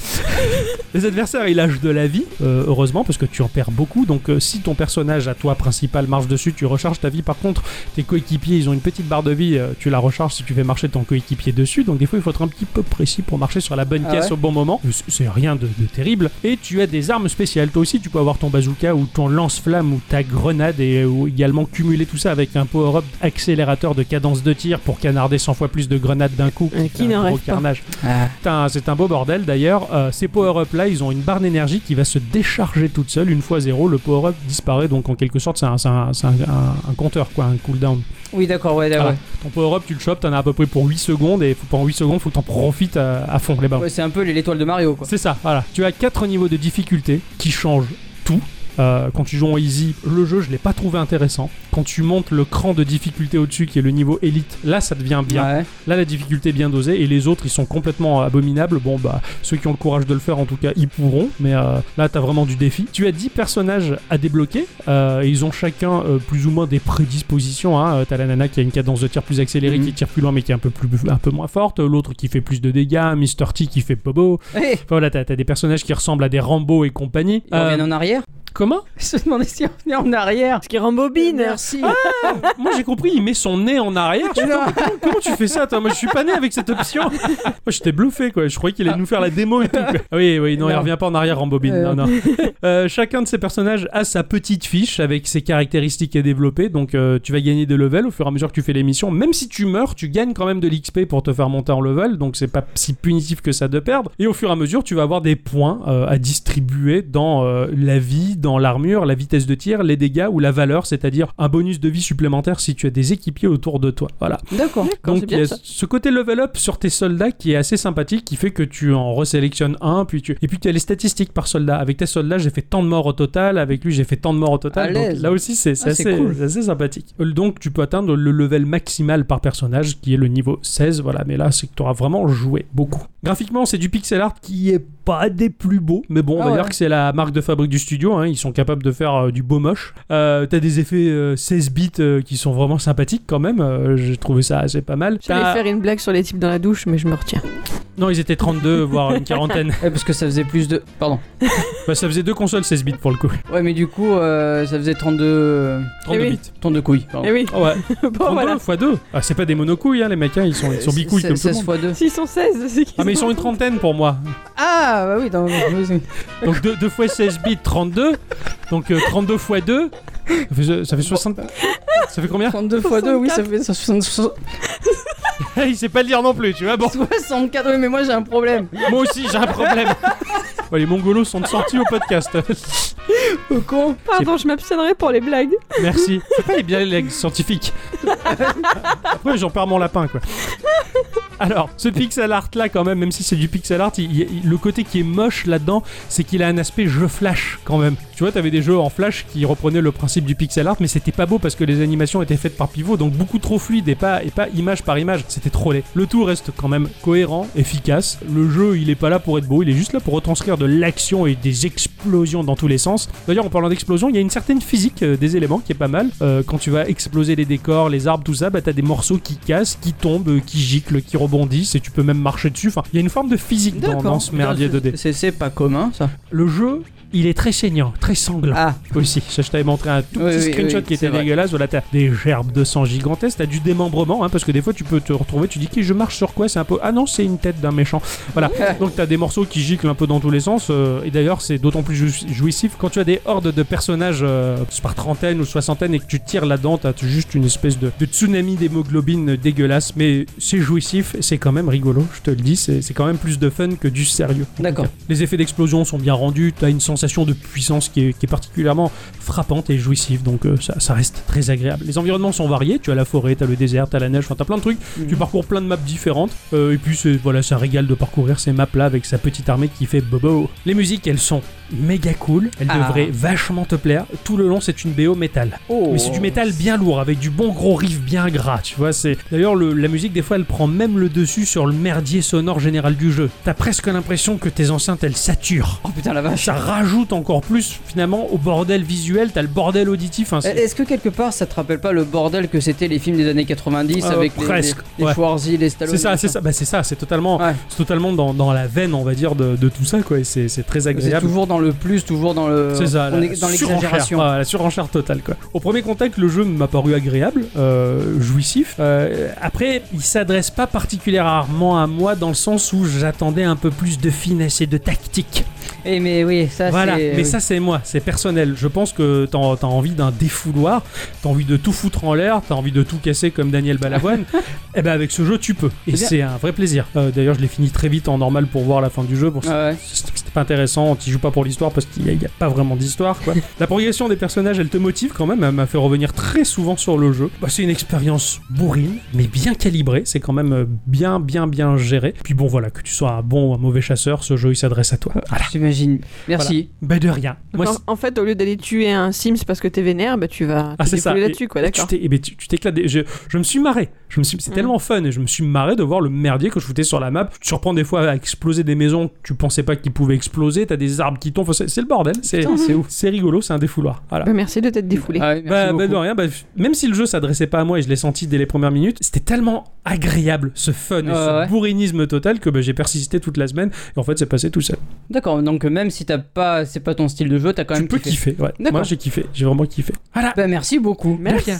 Speaker 2: les adversaires, ils lâchent de la vie, euh, heureusement, parce que tu en perds beaucoup. Donc euh, si ton personnage à toi principal marche dessus, tu recharges ta vie. Par contre, tes coéquipiers, ils ont une petite barre de vie, euh, tu la recharges si tu fais marcher ton coéquipier dessus. Donc des fois, il faut être un petit peu précis pour marcher sur la bonne
Speaker 3: Ah
Speaker 2: caisse
Speaker 3: ouais
Speaker 2: au bon moment. C'est- C'est rien de, de terrible. Et tu as des armes spéciales. Toi aussi, tu peux avoir ton bazooka ou ton lance-flamme ou ta grenade et euh, ou également cumuler tout ça avec un power-up accélérateur de cadence de tir pour canarder 100 fois plus de grenades d'un coup.
Speaker 1: Euh, qui
Speaker 2: C'est un
Speaker 1: n'en
Speaker 2: gros
Speaker 1: rêve pas.
Speaker 2: carnage.
Speaker 3: Ah,
Speaker 2: C'est un- C'est un beau bordel d'ailleurs. Euh, ces power-up là, ils ont une barre d'énergie qui va se décharger toute seule. Une fois zéro, le power-up disparaît. Donc en quelque sorte, c'est un, c'est un- c'est un- un- un compteur, quoi, un cooldown.
Speaker 3: Oui, d'accord, ouais, d'accord.
Speaker 2: Ah, Ton power-up, tu le chopes, t'en as à peu près pour 8 secondes. Et faut- pendant 8 secondes, faut que t'en profites à, à fond Eh ben, les ballons.
Speaker 3: ouais. Ouais, c'est un peu les- l'étoile de Mario, quoi.
Speaker 2: C'est ça, voilà. Tu as quatre niveaux de difficulté qui changent tout. Euh, quand tu joues en easy, le jeu, je l'ai pas trouvé intéressant. Quand tu montes le cran de difficulté au-dessus, qui est le niveau élite, là, ça devient bien.
Speaker 3: Ouais.
Speaker 2: Là, la difficulté est bien dosée et les autres, ils sont complètement abominables. Bon, bah, ceux qui ont le courage de le faire, en tout cas, ils pourront. Mais euh, là, t'as vraiment du défi. Tu as 10 personnages à débloquer. euh, et ils ont chacun euh, plus ou moins des prédispositions. Hein. Euh, T'as la nana qui a une cadence de tir plus accélérée,
Speaker 3: Mhm.
Speaker 2: qui tire plus loin, mais qui est un peu, plus, un peu moins forte. L'autre qui fait plus de dégâts. Mister T qui fait bobo.
Speaker 3: Hé,
Speaker 2: Enfin, voilà, t'as t'as des personnages qui ressemblent à des Rambo et compagnie.
Speaker 3: on
Speaker 2: Euh,
Speaker 3: revient en arrière
Speaker 2: comment
Speaker 3: Je se demandais si on venait en arrière.
Speaker 1: Ce qui rembobine.
Speaker 3: Merci.
Speaker 2: Moi, j'ai compris, il met son nez en arrière. Je suis
Speaker 3: Non.
Speaker 2: Comment tu fais ça, toi Moi, je suis pas né avec cette option. Moi, j'étais bluffé, quoi. Je croyais qu'il allait nous faire la démo et tout. quoi. Ah Oui, oui, non, il
Speaker 3: Non.
Speaker 2: revient pas en arrière en bobine.
Speaker 3: Euh.
Speaker 2: Non, non. Euh, chacun de ces personnages a sa petite fiche avec ses caractéristiques à développer. Donc, euh, tu vas gagner des levels au fur et à mesure que tu fais les missions. Même si tu meurs, tu gagnes quand même de l'XP pour te faire monter en level. Donc, c'est pas si punitif que ça de perdre. Et au fur et à mesure, tu vas avoir des points euh, à distribuer dans euh, la vie, dans l'armure, la vitesse de tir, les dégâts ou la valeur, c'est-à-dire un bonus de vie supplémentaire si tu as des équipiers autour de toi. Voilà.
Speaker 3: D'accord.
Speaker 1: Quand
Speaker 2: Donc
Speaker 1: c'est
Speaker 2: il
Speaker 1: bien,
Speaker 2: y a
Speaker 1: ça.
Speaker 2: ce côté level up sur tes soldats qui est assez sympathique, qui fait que tu en resélectionnes un, puis tu... et puis tu as les statistiques par soldat. Avec tes soldats, j'ai fait tant de morts au total, avec lui j'ai fait tant de morts au
Speaker 3: À
Speaker 2: total.
Speaker 3: l'aise.
Speaker 2: Donc, là aussi c'est c'est
Speaker 3: Ah, c'est
Speaker 2: assez,
Speaker 3: cool.
Speaker 2: c'est assez sympathique. Euh, Donc tu peux atteindre le level maximal par personnage qui est le niveau 16, voilà, mais là c'est que tu auras vraiment joué beaucoup. Graphiquement c'est du pixel art qui est pas des plus beaux, mais bon on
Speaker 3: Ah
Speaker 2: va
Speaker 3: ouais.
Speaker 2: dire que c'est la marque de fabrique du studio, hein, ils sont capables de faire euh, du beau moche. Euh, t'as des effets euh, 16 bits euh, qui sont vraiment sympathiques quand même. Euh, J'ai trouvé ça assez pas mal. T'as-
Speaker 1: J'allais faire une blague sur les types dans la douche, mais je me retiens.
Speaker 2: Non, ils étaient 32, voire une quarantaine.
Speaker 3: Ouais, Eh, parce que ça faisait plus de. Pardon.
Speaker 2: Bah, ça faisait deux consoles 16 bits pour le coup.
Speaker 3: Ouais, mais du coup, euh, ça faisait 32.
Speaker 2: 32
Speaker 1: Eh oui.
Speaker 2: bits.
Speaker 3: Tant de couilles. pardon.
Speaker 1: Eh oui,
Speaker 2: Ah ouais, 32
Speaker 1: bon voilà.
Speaker 2: fois 2. Ah, c'est pas des monocouilles, hein, les mecs, hein, ils sont, ils sont bicouilles
Speaker 3: Oh, C'est-
Speaker 2: comme tout le
Speaker 3: 16
Speaker 2: monde.
Speaker 3: fois 2.
Speaker 1: 616, c'est qu'ils
Speaker 2: Ah, mais ils sont une trentaine pour moi.
Speaker 3: Ah, bah oui, dans... oui, oui.
Speaker 2: Donc 2 fois 16 bits, 32. Donc euh, 32 fois 2, ça fait, ça fait 60. Ça fait combien
Speaker 3: 32 fois 2, oui, ça fait ça, 60 so-
Speaker 2: Il sait pas le dire non plus, tu vois. Bon,
Speaker 3: 64. Oui, mais moi j'ai un problème.
Speaker 2: moi aussi j'ai un problème. Ouais, les mongolos sont sortis au podcast.
Speaker 3: Au con.
Speaker 1: Pardon, je m'abstiendrai pour les blagues.
Speaker 2: Merci. C'est pas les biologues scientifiques. Après, j'en perds mon lapin, quoi. Alors, ce pixel art là, quand même, même si c'est du pixel art, il- il- le côté qui est moche là-dedans, c'est qu'il a un aspect jeu flash quand même. Tu vois, t'avais des jeux en flash qui reprenaient le principe du pixel art, mais c'était pas beau parce que les animations étaient faites par pivot, donc beaucoup trop fluide et pas, et pas image par image. C'était trop laid. Le tout reste quand même cohérent, efficace. Le jeu, il est pas là pour être beau, il est juste là pour retranscrire de l'action et des explosions dans tous les sens. D'ailleurs, en parlant d'explosion, il y a une certaine physique euh, des éléments qui est pas mal. Euh, quand tu vas exploser les décors, les arbres, tout ça, bah t'as des morceaux qui cassent, qui tombent, euh, qui giclent, qui rebondissent et tu peux même marcher dessus. Enfin, il y a une forme de physique dans, dans ce merdier 2D.
Speaker 3: C'est c'est pas commun ça.
Speaker 2: Le jeu, il est très saignant, très sanglant
Speaker 3: Ah,
Speaker 2: aussi. Ça, je t'avais montré un tout
Speaker 3: Oui,
Speaker 2: petit
Speaker 3: oui,
Speaker 2: screenshot
Speaker 3: oui,
Speaker 2: qui était
Speaker 3: c'est vrai.
Speaker 2: dégueulasse. Voilà, t'as des gerbes de sang gigantesques, t'as du démembrement, hein, parce que des fois tu peux te retrouver, tu dis qui je marche sur quoi, c'est un peu ah non c'est une tête d'un méchant. Voilà, donc t'as des morceaux qui giclent un peu dans tous les sens. euh, et d'ailleurs c'est d'autant plus jou- jouissif quand tu as des hordes de personnages euh, par trentaine ou soixantaine et que tu tires là-dedans, t'as juste une espèce de, de tsunami d'hémoglobine dégueulasse. Mais c'est jouissif, c'est quand même rigolo, je te le dis, c'est c'est quand même plus de fun que du sérieux.
Speaker 3: d'accord.
Speaker 2: Les effets d'explosion sont bien rendus, t'as une sensation de puissance qui est, qui est particulièrement frappante et jouissive, donc euh, ça, ça reste très agréable. Les environnements sont variés, tu as la forêt, t'as le désert, t'as la neige, enfin t'as plein de trucs, tu parcours plein de maps différentes, euh, et puis c'est- voilà, ça régale de parcourir ces maps-là avec sa petite armée qui fait bobo. Les musiques, elles sont méga cool, elles
Speaker 3: Ah.
Speaker 2: devraient vachement te plaire, tout le long c'est une BO métal.
Speaker 3: Oh.
Speaker 2: Mais c'est du métal bien lourd, avec du bon gros riff bien gras, tu vois. C'est D'ailleurs, le- la musique, des fois, elle prend même le dessus sur le merdier sonore général du jeu. T'as presque l'impression que tes enceintes, elles saturent.
Speaker 3: Oh putain la vache.
Speaker 2: Ça rage rajoute encore plus finalement au bordel visuel, t'as le bordel auditif. hein, c'est-
Speaker 3: Eh, Est-ce que quelque part ça te rappelle pas le bordel que c'était les films des années 90
Speaker 2: Euh,
Speaker 3: avec les-
Speaker 2: presque,
Speaker 3: les, les,
Speaker 2: ouais.
Speaker 3: Schwarzy, les Stallone
Speaker 2: c'est ça,
Speaker 3: machin.
Speaker 2: c'est ça, bah, c'est ça, c'est totalement,
Speaker 3: Ouais.
Speaker 2: c'est totalement dans, dans la veine, on va dire, de, de tout ça, quoi. Et c'est c'est très
Speaker 3: C'est
Speaker 2: agréable.
Speaker 3: toujours dans le plus, toujours dans le.
Speaker 2: C'est ça,
Speaker 3: on
Speaker 2: la
Speaker 3: est dans
Speaker 2: surenchère.
Speaker 3: l'exagération.
Speaker 2: Ah, la surenchère totale, quoi. Au premier contact, le jeu m'a paru agréable, euh, jouissif. Euh, après, il s'adresse pas particulièrement à moi dans le sens où j'attendais un peu plus de finesse et de tactique.
Speaker 3: Eh, mais oui, ça
Speaker 2: voilà,
Speaker 3: c'est.
Speaker 2: mais ça, c'est moi, c'est personnel. Je pense que t'as as envie d'un défouloir, t'as envie de tout foutre en l'air, t'as envie de tout casser comme Daniel Balavoine. et ben, avec ce jeu, tu peux. Et
Speaker 3: C'est bien.
Speaker 2: c'est un vrai plaisir. Euh, D'ailleurs, je l'ai fini très vite en normal pour voir la fin du jeu, pour
Speaker 3: Ah ouais.
Speaker 2: c'était c'était pas intéressant, tu joues pas pour l'histoire parce qu'il n'y a, il y a pas vraiment d'histoire quoi. la progression des personnages elle te motive quand même, elle m'a fait revenir très souvent sur le jeu. Bah, c'est une expérience bourrine mais bien calibrée, c'est quand même euh, bien bien bien géré. Puis bon voilà, que tu sois un bon ou un mauvais chasseur, ce jeu il s'adresse à toi. Voilà.
Speaker 3: J'imagine. Merci.
Speaker 2: Bah de rien. Moi,
Speaker 1: Donc,
Speaker 2: c'est-
Speaker 1: en, en fait, au lieu d'aller tuer un Sims parce que t'es vénère, bah, tu vas
Speaker 2: Ah,
Speaker 1: te
Speaker 2: c'est ça.
Speaker 1: débrouiller
Speaker 2: Et-
Speaker 1: là-dessus, quoi,
Speaker 2: et tu
Speaker 1: Bah, d'accord.
Speaker 2: t'es- eh ben, tu tu t'éclates. des- Je, je me suis marré. Je me suis, c'est
Speaker 1: Mhm.
Speaker 2: tellement fun et je me suis marré de voir le merdier que je foutais sur la map. Tu te surprends des fois à exploser des maisons que tu pensais pas qu'ils pouvaient exploser. T'as des arbres qui tombent. Enfin, c'est, c'est le bordel. C'est,
Speaker 3: Putain, c'est ouf.
Speaker 2: c'est rigolo. C'est un défouloir. Voilà.
Speaker 1: Bah, merci de t'être défoulé.
Speaker 3: Ah ouais, merci
Speaker 2: Bah, bah,
Speaker 3: beaucoup.
Speaker 2: de rien, bah, f- même si le jeu s'adressait pas à moi et je l'ai senti dès les premières minutes, c'était tellement agréable ce fun et
Speaker 3: Ouais,
Speaker 2: ce
Speaker 3: ouais.
Speaker 2: bourrinisme total que bah, j'ai persisté toute la semaine et en fait c'est passé tout seul.
Speaker 3: D'accord, donc euh, même si t'as pas, c'est pas ton style de jeu, t'as quand
Speaker 2: Tu
Speaker 3: même
Speaker 2: peux
Speaker 3: kiffé.
Speaker 2: kiffer, ouais.
Speaker 3: D'accord.
Speaker 2: Moi j'ai kiffé, j'ai vraiment kiffé. Voilà.
Speaker 3: Bah, merci beaucoup.
Speaker 1: Merci.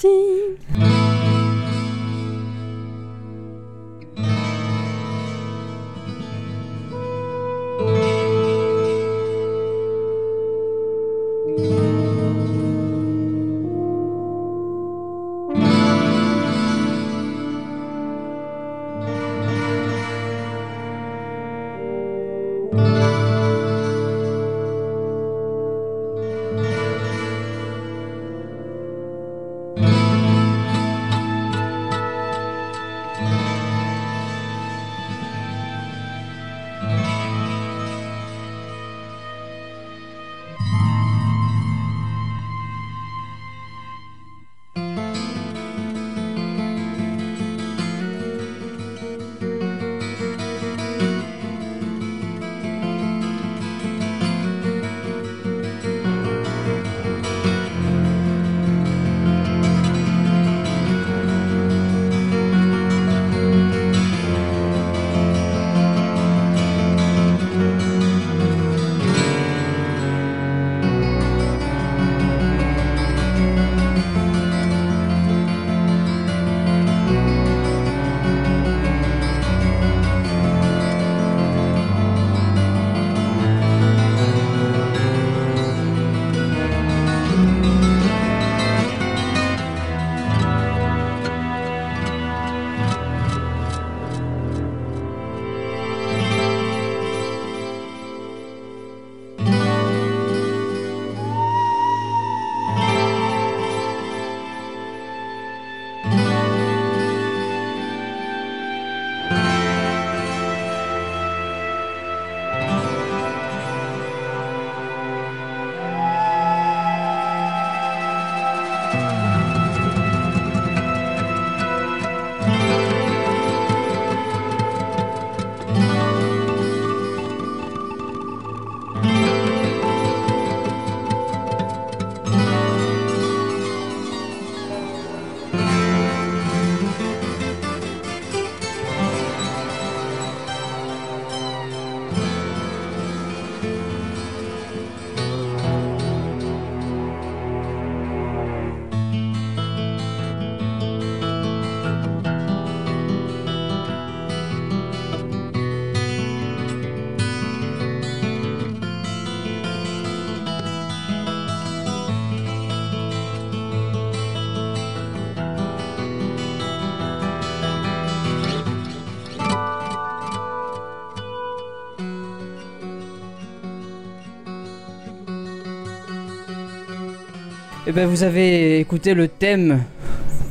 Speaker 3: Et ben vous avez écouté le thème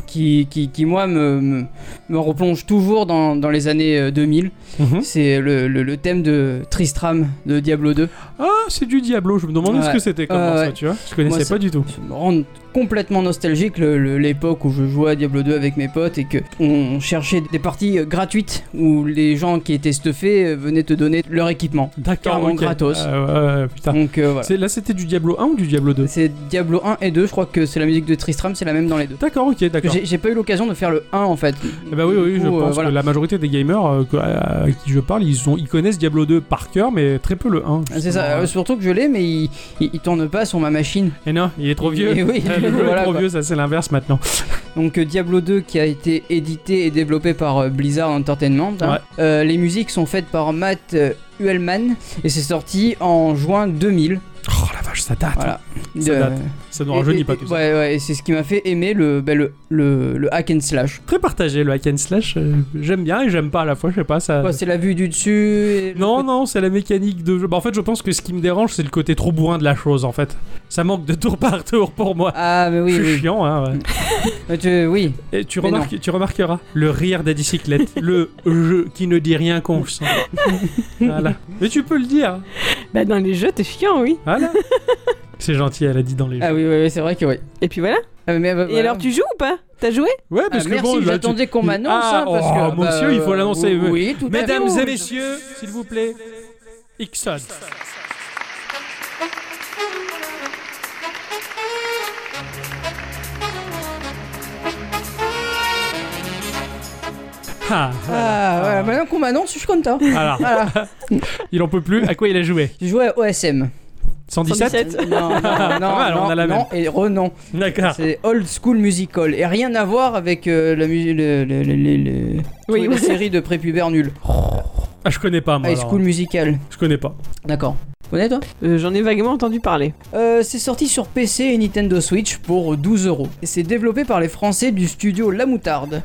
Speaker 3: qui, qui, qui, moi me, me, me replonge toujours dans, dans les années euh, 2000.
Speaker 2: Mhm.
Speaker 3: C'est le, le- le thème de Tristram de Diablo 2.
Speaker 2: Ah, c'est du Diablo. Je me demandais ce
Speaker 3: Ouais.
Speaker 2: que c'était comment
Speaker 3: Euh,
Speaker 2: ça,
Speaker 3: ouais.
Speaker 2: tu vois. Je connaissais
Speaker 3: Moi,
Speaker 2: pas
Speaker 3: c'est-
Speaker 2: du tout.
Speaker 3: Ça me rend complètement nostalgique le- le- l'époque où je jouais à Diablo 2 avec mes potes et que on cherchait des parties euh, gratuites où les gens qui étaient stuffés euh, venaient te donner leur équipement.
Speaker 2: D'accord,
Speaker 3: Carrément
Speaker 2: ok.
Speaker 3: gratos.
Speaker 2: Ah, ouais, ouais, putain.
Speaker 3: Donc euh, voilà.
Speaker 2: C'est- Là, c'était du Diablo 1 ou du Diablo 2
Speaker 3: C'est Diablo 1 et 2, je crois que c'est la musique de Tristram, c'est la même dans les deux.
Speaker 2: D'accord, ok, d'accord.
Speaker 3: J'ai j'ai pas eu l'occasion de faire le 1 en fait.
Speaker 2: Eh ben oui, oui,
Speaker 3: Du
Speaker 2: je
Speaker 3: coup, euh,
Speaker 2: pense
Speaker 3: voilà.
Speaker 2: que la majorité des gamers euh, que- à, à qui je parle, ils, ont, ils connaissent Diablo 2 par cœur, mais très peu le 1.
Speaker 3: C'est ça, euh, surtout que je l'ai, mais il, il- il tourne pas sur ma machine.
Speaker 2: Et non, il est trop vieux.
Speaker 3: Et oui,
Speaker 2: Le jeu
Speaker 3: voilà,
Speaker 2: est trop
Speaker 3: quoi.
Speaker 2: vieux, ça c'est l'inverse maintenant.
Speaker 3: Donc euh, Diablo 2 qui a été édité et développé par euh, Blizzard Entertainment. hein.
Speaker 2: Ouais.
Speaker 3: Euh, les musiques sont faites par Matt euh, Uelman et c'est sorti en juin 2000.
Speaker 2: Oh la vache, ça date.
Speaker 3: Voilà.
Speaker 2: Ça
Speaker 3: De-
Speaker 2: date. Ça ne
Speaker 3: et-
Speaker 2: rajeunit
Speaker 3: et-
Speaker 2: pas
Speaker 3: et-
Speaker 2: tout ça.
Speaker 3: Ouais, ouais, et c'est ce qui m'a fait aimer le, bah, le, le, le hack and slash.
Speaker 2: Très partagé le hack and slash. euh, J'aime bien et j'aime pas à la fois, je sais pas. ça.
Speaker 3: Quoi, Bah, c'est la vue du dessus. et le
Speaker 2: Ah, Non, non, c'est la mécanique de jeu. Bah, en fait, je pense que ce qui me dérange, c'est le côté trop bourrin de la chose, en fait. Ça manque de tour par tour pour moi.
Speaker 3: Ah, mais oui,
Speaker 2: je suis
Speaker 3: oui.
Speaker 2: chiant, hein. ouais.
Speaker 3: Mais tu- oui.
Speaker 2: Et tu,
Speaker 3: Mais
Speaker 2: remarques, tu remarqueras le rire des bicyclettes, le jeu qui ne dit rien qu'on sent. voilà. Mais tu peux le dire. hein.
Speaker 1: Bah, dans les jeux, t'es chiant, oui.
Speaker 2: Voilà. C'est gentil, elle a dit dans les jeux.
Speaker 3: Ah oui, oui, oui, c'est vrai que oui.
Speaker 1: Et puis voilà.
Speaker 3: Ah, mais, bah,
Speaker 1: Et
Speaker 3: voilà.
Speaker 1: alors, tu joues ou pas T'as joué
Speaker 2: Ouais, parce que
Speaker 3: Ah, merci,
Speaker 2: bon, là, tu-
Speaker 3: j'attendais qu'on m'annonce.
Speaker 2: Ah,
Speaker 3: hein, parce
Speaker 2: oh,
Speaker 3: que,
Speaker 2: monsieur, il faut
Speaker 3: euh,
Speaker 2: l'annoncer.
Speaker 3: Oui, tout à fait.
Speaker 2: Mesdames et messieurs, s'il vous plaît, Ixon. Ah, voilà.
Speaker 3: Ah, voilà, maintenant qu'on m'annonce, je suis content.
Speaker 2: Alors,
Speaker 3: Voilà.
Speaker 2: il en peut plus. À quoi il a joué
Speaker 3: J'ai joué à OSM.
Speaker 2: 117,
Speaker 3: Non, non, non,
Speaker 2: mal, on
Speaker 3: non,
Speaker 2: a la
Speaker 3: non, et renom.
Speaker 2: D'accord.
Speaker 3: C'est Old School Musical. Et rien à voir avec euh, la musique. Le, le, le- le- le-
Speaker 1: Oui,
Speaker 3: les
Speaker 1: oui.
Speaker 3: séries de prépubères nuls.
Speaker 2: Ah, je connais pas, moi.
Speaker 3: High
Speaker 2: alors.
Speaker 3: School Musical.
Speaker 2: Je connais pas.
Speaker 3: D'accord. Connais toi
Speaker 1: Euh, J'en ai vaguement entendu parler.
Speaker 3: Euh, C'est sorti sur PC et Nintendo Switch pour 12 euros. Et c'est développé par les Français du studio La Moutarde.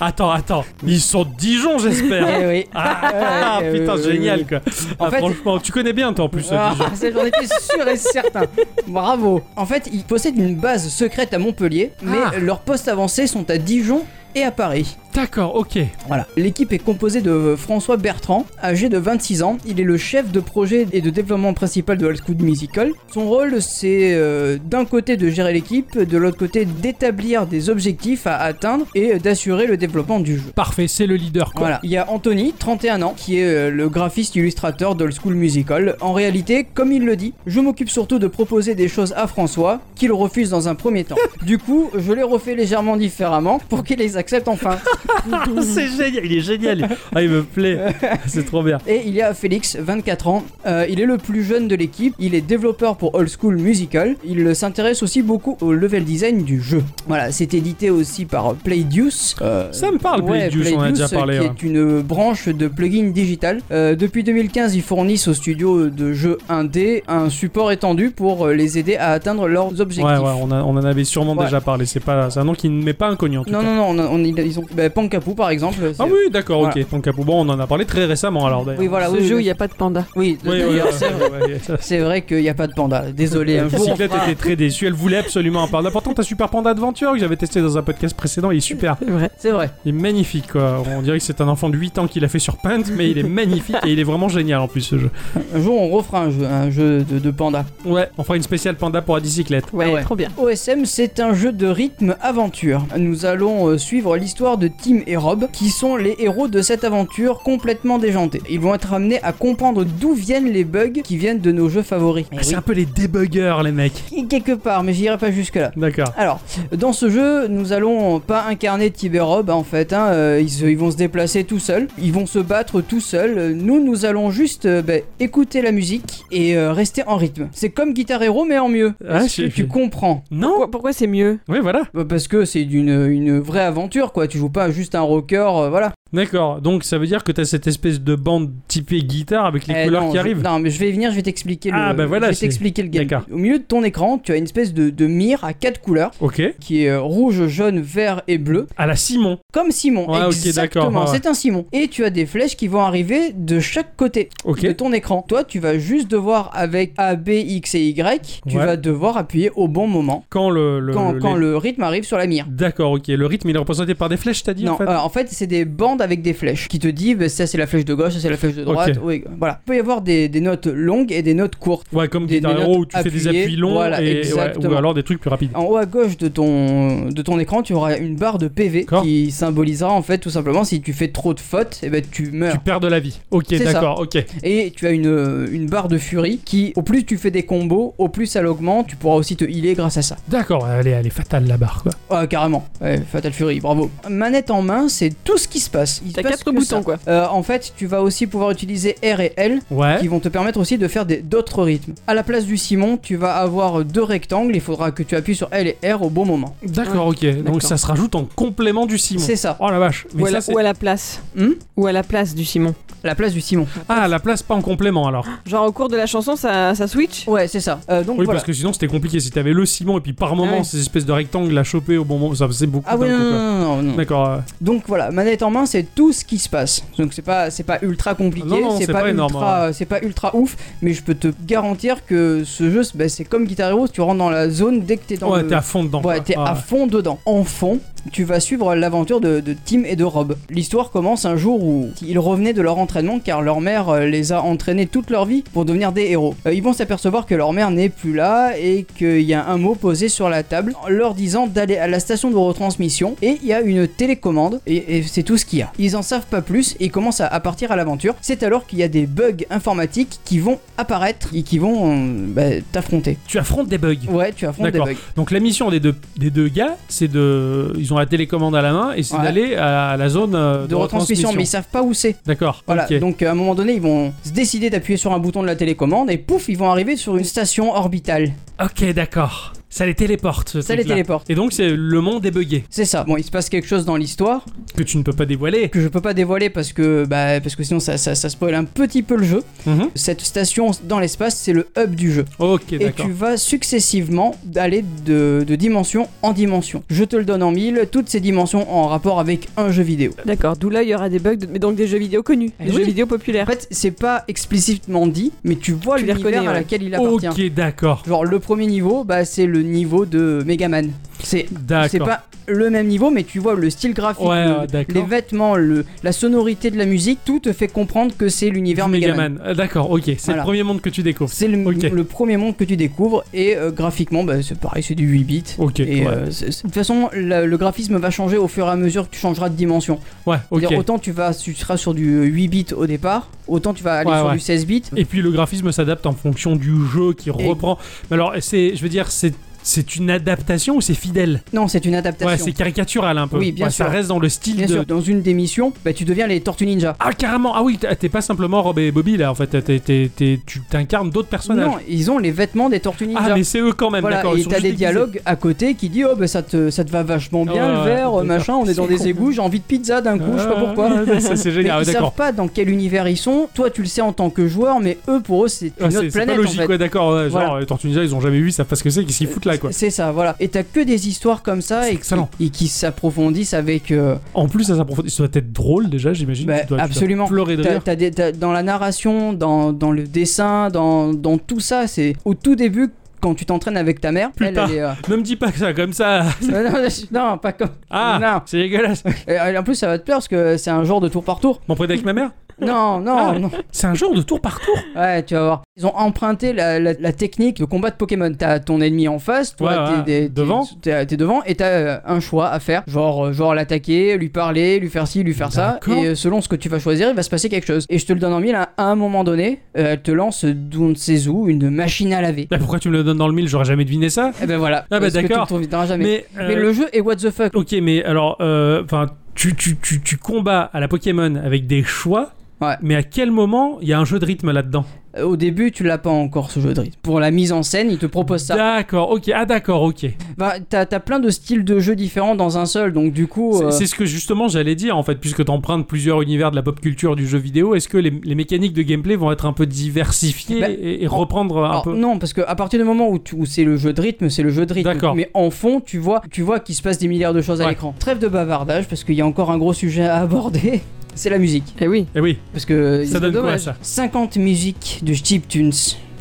Speaker 2: Attends, attends. Ils sont de Dijon, j'espère.
Speaker 3: Eh oui.
Speaker 2: Ah,
Speaker 3: Ouais,
Speaker 2: putain,
Speaker 3: euh, oui,
Speaker 2: génial,
Speaker 3: oui.
Speaker 2: quoi.
Speaker 3: En
Speaker 2: Ah,
Speaker 3: fait-
Speaker 2: franchement, tu connais bien, toi, en plus,
Speaker 3: Ah,
Speaker 2: Dijon.
Speaker 3: ça, j'en étais sûr et certain. Bravo. En fait, ils possèdent une base secrète à Montpellier, mais
Speaker 2: Ah.
Speaker 3: leurs postes avancés sont à Dijon et à Paris.
Speaker 2: D'accord, ok.
Speaker 3: Voilà. L'équipe est composée de François Bertrand, âgé de 26 ans. Il est le chef de projet et de développement principal de Old School Musical. Son rôle, c'est euh, d'un côté de gérer l'équipe, de l'autre côté d'établir des objectifs à atteindre et d'assurer le développement du jeu.
Speaker 2: Parfait, c'est le leader, quoi.
Speaker 3: Voilà, il y a Anthony, 31 ans, qui est euh, le graphiste illustrateur d'Old School Musical. En réalité, comme il le dit, je m'occupe surtout de proposer des choses à François, qu'il refuse dans un premier temps. du coup, je les refais légèrement différemment pour qu'il les accepte enfin.
Speaker 2: c'est génial, il est génial. Ah, il me plaît. C'est trop bien.
Speaker 3: Et il y a Félix, 24 ans. Euh, il est le plus jeune de l'équipe. Il est développeur pour Old School Musical. Il s'intéresse aussi beaucoup au level design du jeu. Voilà, c'est édité aussi par Playduce. Euh,
Speaker 2: Ça me parle,
Speaker 3: ouais,
Speaker 2: Playduce, on en a déjà
Speaker 3: Playduce,
Speaker 2: parlé. hein.
Speaker 3: Qui
Speaker 2: ouais.
Speaker 3: est une branche de plugin digital. Euh, depuis 2015, ils fournissent aux studios de jeux 1D un support étendu pour euh, les aider à atteindre leurs objectifs.
Speaker 2: Ouais, ouais, on, a- on en avait sûrement
Speaker 3: Ouais.
Speaker 2: déjà parlé. C'est pas, c'est un nom qui ne m'est pas inconnu en tout
Speaker 3: Non,
Speaker 2: cas.
Speaker 3: non, non, on a- on- ils ont. Bah, Pankapu par exemple. c'est-
Speaker 2: Ah oui, d'accord,
Speaker 3: Voilà.
Speaker 2: ok. Donc, à- bon, on en a parlé très récemment alors d'ailleurs.
Speaker 3: Oui, voilà,
Speaker 1: Ce
Speaker 3: oui,
Speaker 1: jeu où
Speaker 3: oui.
Speaker 1: il n'y a pas de panda.
Speaker 3: Oui,
Speaker 2: Ouais, ouais,
Speaker 3: d'ailleurs,
Speaker 2: ouais,
Speaker 3: c'est vrai.
Speaker 2: ouais, ouais, ça-
Speaker 3: C'est vrai qu'il n'y a pas de panda. Désolé, un
Speaker 2: La
Speaker 3: jour. on
Speaker 2: bicyclette
Speaker 3: fera-
Speaker 2: était très déçue, elle voulait absolument un panda. Pourtant, t'as Super Panda Adventure que j'avais testé dans un podcast précédent, il est super.
Speaker 1: C'est vrai.
Speaker 3: C'est vrai.
Speaker 2: Il est magnifique quoi. On dirait que c'est un enfant de 8 ans qui l'a fait sur Paint, mais il est magnifique et il est vraiment génial en plus ce jeu.
Speaker 3: Un jour, on refera un jeu, un jeu de, de panda.
Speaker 2: Ouais, on fera une spéciale panda pour la bicyclette.
Speaker 1: Ouais,
Speaker 3: Ah ouais.
Speaker 1: trop bien.
Speaker 3: OSM, c'est un jeu de rythme aventure. Nous allons euh, suivre l'histoire de Tim et Rob, qui sont les héros de cette aventure complètement déjantée. Ils vont être amenés à comprendre d'où viennent les bugs qui viennent de nos jeux favoris. Eh
Speaker 2: Ah, c'est un peu les débuggers les mecs.
Speaker 3: Oui, Quelque part, mais j'irai pas jusque-là.
Speaker 2: D'accord.
Speaker 3: Alors, dans ce jeu, nous allons pas incarner Tib et Rob en fait, hein, euh, ils, se- ils vont se déplacer tout seuls, ils vont se battre tout seuls, euh, nous, nous allons juste euh, bah, écouter la musique et euh, rester en rythme. C'est comme Guitar Hero mais en mieux.
Speaker 2: Ah,
Speaker 3: Est-ce
Speaker 2: j'ai-
Speaker 3: que tu
Speaker 2: j'ai-
Speaker 3: comprends
Speaker 2: Non
Speaker 1: Pourquoi, pourquoi c'est mieux
Speaker 2: Oui, voilà.
Speaker 3: Bah, Parce que c'est une, une vraie aventure quoi, tu joues pas juste un rocker, euh, voilà.
Speaker 2: D'accord, donc ça veut dire que t'as cette espèce de bande typée guitare avec les
Speaker 3: Eh,
Speaker 2: couleurs
Speaker 3: non,
Speaker 2: qui
Speaker 3: je-
Speaker 2: arrivent.
Speaker 3: Non mais je vais y venir, je vais t'expliquer le,
Speaker 2: Ah, bah voilà,
Speaker 3: je vais
Speaker 2: c'est-
Speaker 3: t'expliquer le game.
Speaker 2: D'accord.
Speaker 3: Au milieu de ton écran, tu as une espèce de, de mire à quatre couleurs
Speaker 2: Ok.
Speaker 3: qui est euh, rouge, jaune, vert et bleu.
Speaker 2: À la Simon.
Speaker 3: Comme Simon,
Speaker 2: Ouais, ok,
Speaker 3: exactement,
Speaker 2: d'accord, ouais, ouais.
Speaker 3: c'est un Simon. Et tu as des flèches qui vont arriver de chaque côté
Speaker 2: Ok.
Speaker 3: de ton écran. Toi, tu vas juste devoir avec A, B, X et Y, tu
Speaker 2: Ouais.
Speaker 3: vas devoir appuyer au bon moment
Speaker 2: Quand le. le-
Speaker 3: quand,
Speaker 2: le-
Speaker 3: quand
Speaker 2: les-
Speaker 3: le rythme arrive sur la mire.
Speaker 2: D'accord, ok. Le rythme il est représenté par des flèches, t'as dit
Speaker 3: non,
Speaker 2: en fait
Speaker 3: euh, c'est des bandes avec des flèches qui te dit bah, ça c'est la flèche de gauche, ça c'est la flèche de droite.
Speaker 2: Ok.
Speaker 3: oui, voilà. Il peut y avoir des, des notes longues et des notes courtes.
Speaker 2: Ouais, comme
Speaker 3: Des-
Speaker 2: Guitar
Speaker 3: des
Speaker 2: Hero
Speaker 3: notes
Speaker 2: où tu fais des
Speaker 3: appuyées,
Speaker 2: appuis longs
Speaker 3: voilà,
Speaker 2: et, ouais, ou
Speaker 3: exactement.
Speaker 2: alors des trucs plus rapides.
Speaker 3: En haut à gauche de ton, de ton écran, tu auras une barre de PV
Speaker 2: D'accord.
Speaker 3: qui symbolisera en fait tout simplement si tu fais trop de fautes, et ben tu meurs.
Speaker 2: Tu perds de la vie. Ok,
Speaker 3: C'est ça.
Speaker 2: d'accord, ok.
Speaker 3: Et tu as une, une barre de furie qui, au plus tu fais des combos, au plus elle augmente, tu pourras aussi te healer grâce à ça.
Speaker 2: D'accord, elle est, elle est fatale la barre quoi.
Speaker 3: Ah, carrément. Ouais, Fatal Fury, bravo. Manette en main, c'est tout ce qui se passe. Il se
Speaker 1: T'as
Speaker 3: passe
Speaker 1: quatre
Speaker 3: que
Speaker 1: boutons,
Speaker 3: ça.
Speaker 1: quoi.
Speaker 3: Euh, en fait, tu vas aussi pouvoir utiliser R et L
Speaker 2: Ouais.
Speaker 3: qui vont te permettre aussi de faire des- d'autres rythmes. À la place du Simon, tu vas avoir deux rectangles, il faudra que tu appuies sur L et R au bon moment.
Speaker 2: D'accord, ok. Donc
Speaker 1: d'accord.
Speaker 2: ça se rajoute en complément du Simon.
Speaker 3: C'est ça.
Speaker 2: Oh la vache. Mais
Speaker 1: Ou à,
Speaker 2: ça,
Speaker 1: la,
Speaker 2: c'est-
Speaker 1: ou à la place.
Speaker 3: Hmm
Speaker 1: ou à la place du Simon.
Speaker 3: À la place du Simon.
Speaker 2: Ah, la place pas en complément alors.
Speaker 1: Genre au cours de la chanson, ça, ça switch
Speaker 3: Ouais, c'est ça. Euh,
Speaker 2: Oui,
Speaker 3: donc Ah, voilà.
Speaker 2: parce que sinon c'était compliqué. Si t'avais le ciment et puis par moment
Speaker 1: ouais.
Speaker 2: ces espèces de rectangles à choper au bon moment, ça faisait beaucoup.
Speaker 3: Ah oui,
Speaker 2: d'un
Speaker 3: non,
Speaker 2: coup,
Speaker 3: non,
Speaker 2: quoi.
Speaker 3: non, non, non.
Speaker 2: D'accord. euh,
Speaker 3: Donc voilà, manette en main, c'est tout ce qui se passe. Donc c'est pas, c'est pas ultra compliqué,
Speaker 2: Non, non,
Speaker 3: c'est
Speaker 2: c'est
Speaker 3: pas,
Speaker 2: pas énorme, hein.
Speaker 3: ultra, c'est pas ultra ouf, mais je peux te garantir que ce jeu, c'est- bah, c'est comme Guitar Hero, tu rentres dans la zone dès que t'es dans
Speaker 2: Ouais,
Speaker 3: le...
Speaker 2: t'es à fond dedans.
Speaker 3: Ouais,
Speaker 2: quoi.
Speaker 3: t'es
Speaker 2: Ah,
Speaker 3: à fond dedans. En fond, tu vas suivre l'aventure de, de Tim et de Rob. L'histoire commence un jour où ils revenaient de leur entraînement car leur mère euh, les a entraînés toute leur vie pour devenir des héros. Euh, ils vont s'apercevoir que leur mère n'est plus là et qu'il y a un mot posé sur la table leur disant d'aller à la station de retransmission et il y a une télécommande et, et c'est tout ce qu'il y a. Ils en savent pas plus et ils commencent à, à partir à l'aventure. C'est alors qu'il y a des bugs informatiques qui vont apparaître et qui vont euh, bah, t'affronter.
Speaker 2: Tu affrontes des bugs.
Speaker 3: Ouais, tu affrontes des
Speaker 2: D'accord.
Speaker 3: bugs.
Speaker 2: Donc la mission des deux, des deux gars, c'est de, ils ont la télécommande à la main et c'est
Speaker 3: Ouais.
Speaker 2: d'aller à la zone euh, de,
Speaker 3: De retransmission, mais ils savent pas où c'est.
Speaker 2: D'accord.
Speaker 3: Voilà,
Speaker 2: ok.
Speaker 3: donc euh, à un moment donné, ils vont se décider d'appuyer sur un bouton de la télécommande et pouf, ils vont arriver sur une station orbitale.
Speaker 2: Ok, d'accord. Ça les téléporte. ce
Speaker 3: Ça les
Speaker 2: truc-là.
Speaker 3: téléporte.
Speaker 2: Et donc c'est le monde est buggé
Speaker 3: C'est ça. Bon, il se passe quelque chose dans l'histoire
Speaker 2: que tu ne peux pas dévoiler.
Speaker 3: que je peux pas dévoiler parce que bah parce que sinon ça, ça, ça spoil un petit peu le jeu.
Speaker 2: Mhm.
Speaker 3: Cette station dans l'espace, c'est le hub du jeu.
Speaker 2: Ok,
Speaker 3: Et
Speaker 2: d'accord.
Speaker 3: tu vas successivement aller de, de dimension en dimension. Je te le donne en mille, toutes ces dimensions en rapport avec un jeu vidéo.
Speaker 1: D'accord, d'où là il y aura des bugs, de- mais donc des jeux vidéo connus,
Speaker 3: Eh
Speaker 1: des
Speaker 3: oui.
Speaker 1: jeux vidéo
Speaker 3: En
Speaker 1: populaires.
Speaker 3: fait, c'est pas explicitement dit, mais tu vois
Speaker 1: Tu les
Speaker 3: l'univers
Speaker 1: reconnais,
Speaker 3: à
Speaker 1: ouais.
Speaker 3: laquelle il appartient.
Speaker 2: Ok, d'accord.
Speaker 3: Genre le premier niveau, bah c'est le niveau de Megaman. C'est c'est
Speaker 2: D'accord.
Speaker 3: pas le même niveau, mais tu vois le style graphique,
Speaker 2: Ouais,
Speaker 3: le-
Speaker 2: ouais, d'accord.
Speaker 3: les vêtements, le, la sonorité de la musique, tout te fait comprendre que c'est l'univers Megaman.
Speaker 2: Megaman. Ah, D'accord, ok. C'est
Speaker 3: Voilà.
Speaker 2: le premier monde que tu découvres.
Speaker 3: C'est le,
Speaker 2: Ok.
Speaker 3: le premier monde que tu découvres et euh, graphiquement, bah, c'est pareil, c'est du 8 bits.
Speaker 2: Ok,
Speaker 3: Et,
Speaker 2: ouais.
Speaker 3: euh, c'est- c'est- de toute façon, la- le graphisme va changer au fur et à mesure que tu changeras de dimension.
Speaker 2: Ouais, ok.
Speaker 3: C'est-à-dire, Autant tu, vas, tu seras sur du 8 bits au départ, autant tu vas aller
Speaker 2: Ouais,
Speaker 3: sur
Speaker 2: ouais.
Speaker 3: du 16 bits.
Speaker 2: Et puis le graphisme s'adapte en fonction du jeu qui reprend. Mais alors, c'est, je veux dire, c'est, c'est une adaptation ou c'est fidèle
Speaker 3: Non, c'est une
Speaker 2: Ouais,
Speaker 3: adaptation.
Speaker 2: c'est caricatural un peu.
Speaker 3: Oui, bien
Speaker 2: Ouais, Ça
Speaker 3: sûr.
Speaker 2: reste dans le style
Speaker 3: Bien
Speaker 2: de.
Speaker 3: sûr, dans une des missions, bah, tu deviens les Tortues Ninja.
Speaker 2: Ah, carrément. Ah oui, t'es t'es pas simplement Rob et Bobby là. En fait, T'es- t'es- t'es- tu t'incarnes d'autres personnages.
Speaker 3: Non, ils ont les vêtements des Tortues Ninja.
Speaker 2: ah, mais c'est eux quand même.
Speaker 3: voilà,
Speaker 2: d'accord. ils
Speaker 3: et
Speaker 2: sont
Speaker 3: t'as
Speaker 2: juste
Speaker 3: des
Speaker 2: déguisés.
Speaker 3: dialogues à côté qui dit oh bah ça te, ça te va vachement bien
Speaker 2: Ah ouais,
Speaker 3: le verre
Speaker 2: d'accord.
Speaker 3: machin on est dans
Speaker 2: C'est con.
Speaker 3: des égouts j'ai envie de pizza d'un coup je sais pas pourquoi
Speaker 2: Ah, ouais, ça, c'est
Speaker 3: mais
Speaker 2: génial.
Speaker 3: ils
Speaker 2: ouais, d'accord.
Speaker 3: savent pas dans quel univers ils sont toi tu le sais en tant que joueur mais eux pour eux c'est une
Speaker 2: Ah,
Speaker 3: autre
Speaker 2: c'est, c'est pas
Speaker 3: planète
Speaker 2: logique,
Speaker 3: en fait
Speaker 2: ouais, d'accord. ouais, genre, euh,
Speaker 3: Voilà.
Speaker 2: les Tortues Ninja, ils ont jamais vu, ils savent pas ce que c'est, qu'est-ce qu'ils foutent là, quoi.
Speaker 3: c'est ça voilà et t'as que des histoires comme ça
Speaker 2: C'est
Speaker 3: et,
Speaker 2: excellent.
Speaker 3: et qui s'approfondissent avec euh,
Speaker 2: En plus, ça s'approfondit. Ça doit être drôle déjà, j'imagine.
Speaker 3: Bah,
Speaker 2: tu dois, tu dois
Speaker 3: absolument.
Speaker 2: pleurer de
Speaker 3: T'as-
Speaker 2: rire.
Speaker 3: t'as des- t'as- dans la narration, dans, dans le dessin, dans, dans tout ça, c'est au tout début quand tu t'entraînes avec ta mère.
Speaker 2: Plus
Speaker 3: elle,
Speaker 2: tard.
Speaker 3: elle est, euh,
Speaker 2: Ne me dis pas que ça, comme ça.
Speaker 3: non, non, non, pas comme.
Speaker 2: Ah,
Speaker 3: Non.
Speaker 2: c'est dégueulasse.
Speaker 3: Et en plus, ça va te plaire parce que c'est un genre de tour par tour.
Speaker 2: M'en prête avec ma mère
Speaker 3: Non, non,
Speaker 2: Ah.
Speaker 3: non.
Speaker 2: C'est un genre de tour par tour.
Speaker 3: Ouais, tu vas voir. Ils ont emprunté la, la- la technique de combat de Pokémon. T'as ton ennemi en face, toi,
Speaker 2: Ouais, ouais,
Speaker 3: t'es- t'es- t'es
Speaker 2: devant.
Speaker 3: T'es t'es devant et t'as euh, un choix à faire. Genre, euh, genre l'attaquer, lui parler, lui faire ci, lui faire ça.
Speaker 2: D'accord.
Speaker 3: Et euh, selon ce que tu vas choisir, il va se passer quelque chose. Et je te le donne en mille, hein. à, à un moment donné, euh, elle te lance d'où on ne sait où une machine à laver.
Speaker 2: Bah, pourquoi tu me le donnes dans le mille J'aurais jamais deviné ça.
Speaker 3: Et ben voilà.
Speaker 2: bah,
Speaker 3: Parce que tu
Speaker 2: d'accord.
Speaker 3: ne t'inviteras jamais.
Speaker 2: Mais, euh,
Speaker 3: Mais le jeu est what the fuck.
Speaker 2: ok, mais alors, euh, enfin, tu, tu, tu, tu combats à la Pokémon avec des choix.
Speaker 3: Ouais.
Speaker 2: Mais à quel moment il y a un jeu de rythme là-dedans
Speaker 3: Euh, Au début, tu l'as pas encore ce jeu de rythme. Pour la mise en scène, il te propose ça.
Speaker 2: D'accord, ok, ah d'accord, ok.
Speaker 3: Bah, t'as t'as plein de styles de jeux différents dans un seul, donc du coup.
Speaker 2: C'est-
Speaker 3: euh,
Speaker 2: C'est ce que justement j'allais dire en fait, puisque t'empruntes plusieurs univers de la pop culture du jeu vidéo, est-ce que les, les mécaniques de gameplay vont être un peu diversifiées
Speaker 3: Ben,
Speaker 2: et, et
Speaker 3: en-
Speaker 2: reprendre un
Speaker 3: alors,
Speaker 2: peu
Speaker 3: Non, parce que à partir du moment où, tu- où c'est le jeu de rythme, c'est le jeu de rythme.
Speaker 2: D'accord.
Speaker 3: Mais en fond, tu vois, tu vois qu'il se passe des milliards de choses à
Speaker 2: Ouais.
Speaker 3: l'écran. Trêve de bavardage, parce qu'il y a encore un gros sujet à aborder. C'est la musique.
Speaker 1: Eh oui.
Speaker 2: Eh oui,
Speaker 3: Parce que.
Speaker 2: Ça
Speaker 3: c'est
Speaker 2: donne quoi,
Speaker 3: dommage.
Speaker 2: ça
Speaker 3: 50 musiques de chiptunes.